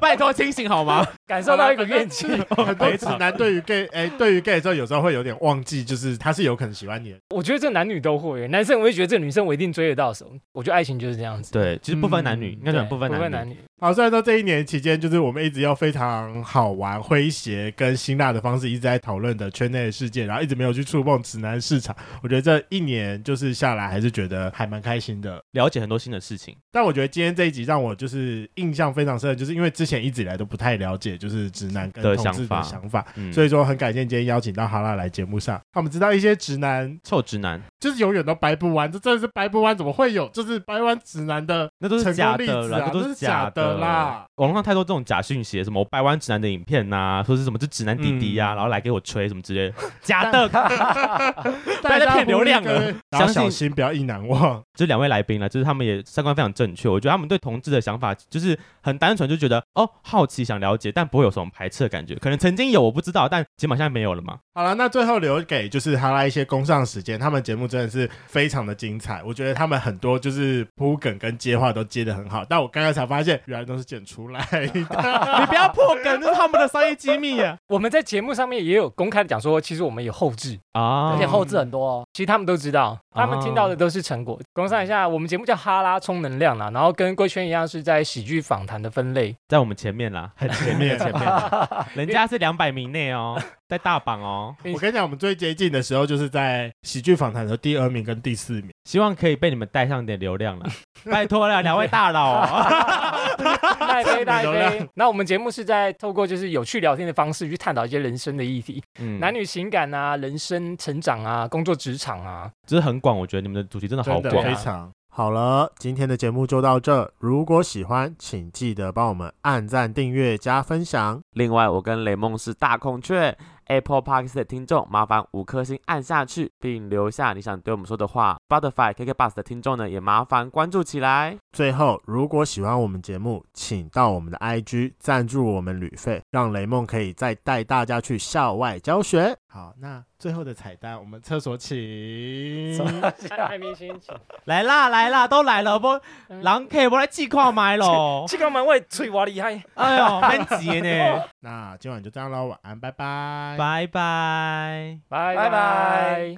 D: 拜托清醒好吗？
A: 感受到一个怨气。
C: 很多直男 [laughs] 对于 gay，哎，对于 gay 的时候，有时候会有点忘记，就是他是有可能喜欢你的。
A: 我觉得这男女都会，男生我会觉得这女生我一定追得到手。我觉得爱情就是这样子，
D: 对，其实不分男女，
C: 嗯
D: 应该讲不分
A: 对
D: 男女。
A: 男女。
C: 好，虽然说这一年期间，就是我们一直用非常好玩、诙谐跟辛辣的方式一直在讨论的圈内的事件，然后一直没有去触碰直男市场。我觉得这一年就是下来，还是觉得还蛮开心的。
D: 了解很多新的事情，
C: 但我觉得今天这一集让我就是印象非常深的，就是因为之前一直以来都不太了解，就是直男跟
D: 的
C: 同志
D: 想法
C: 的想法，
D: 嗯，
C: 所以说很感谢今天邀请到哈拉来节目上，让我们知道一些直男
D: 臭直男
C: 就是永远都掰不弯，这真的是掰不弯，怎么会有就是掰弯直男的
D: 那都是
C: 成
D: 假
C: 功例
D: 的
C: 子
D: 啦，
C: 啊？
D: 都
C: 这
D: 是
C: 是假
D: 的
C: 的。啦。
D: 网络上太多这种假讯息，什么我掰弯直男的影片呐、说是什么这直男弟弟呀、
C: 嗯
D: 然后来给我吹什么之类 [laughs] 的，假的。
C: 不
D: 要再骗流量了，
C: [laughs] 然后
D: 相信
C: 小心不要意难忘。
D: 就是两位来宾了，就是他们也三观非常正确，我觉得他们对同志的想法就是很单纯，就觉得哦好奇想了解，但不会有什么排斥的感觉。可能曾经有我不知道，但起码现在没有了嘛。
C: 好了，那最后留给就是哈拉一些工上时间，他们节目真的是非常的精彩，我觉得他们很多就是铺梗跟接话都接的很好，但我刚刚才发现原来都是剪出 [laughs] 来的。
D: 你不要 [laughs] 破梗，这是他们的商业机密啊！
A: 我们在节目上面也有公开的讲说，其实我们有后置，
B: 而
D: [laughs] [laughs] 啊
B: 且，后置很多哦。
A: 其实他们都知道，他们听到的都是成果。工商一下，我们节目叫哈拉充能量啦，然后跟贵圈一样是在喜剧访谈的分 [laughs] 类。
D: 在我们前面啦，很前面前面，人家是两百名内哦，在大榜哦，
C: [laughs] 我跟你讲，我们最接近的时候就是在喜剧访谈的时候第二名跟第四名。
D: 希望可以被你们带上点流量 [laughs] 了，拜托了，两位大佬哦，
A: 大杯大
C: 流
A: 杯
C: 量。
A: 那我们节目是在透过就是有趣聊天的方式去探讨一些人生的议题，
D: 嗯
A: 男女情感啊、人生成长啊、工作职场啊。
D: 就是很广，我觉得你们的主题真的好
C: 真的
D: 广啊
C: 非。常。好了，今天的节目就到这。如果喜欢，请记得帮我们按赞、订阅、加分享。
F: 另外，我跟雷梦是大孔雀 Apple Park 的听众，麻烦五颗星按下去，并留下你想对我们说的话。Spotify KK Bus 的听众呢，也麻烦关注起来。
C: 最后，如果喜欢我们节目，请到我们的 IG 赞助我们旅费，让雷梦可以再带大家去校外教学。好，那最后的彩蛋，我们厕所请。
A: 爱 [laughs] 爱明星，请
D: 来啦来啦，都来了，不
A: 嗯，
D: 狼 K 不来气矿买喽 [laughs]
A: 这个蛮会吹哇厉害。
D: 哎呦，蛮急呢，
C: 那今晚就这样喽，晚安，拜拜，
D: 拜拜。
A: 拜
B: 拜
A: 拜
B: 拜。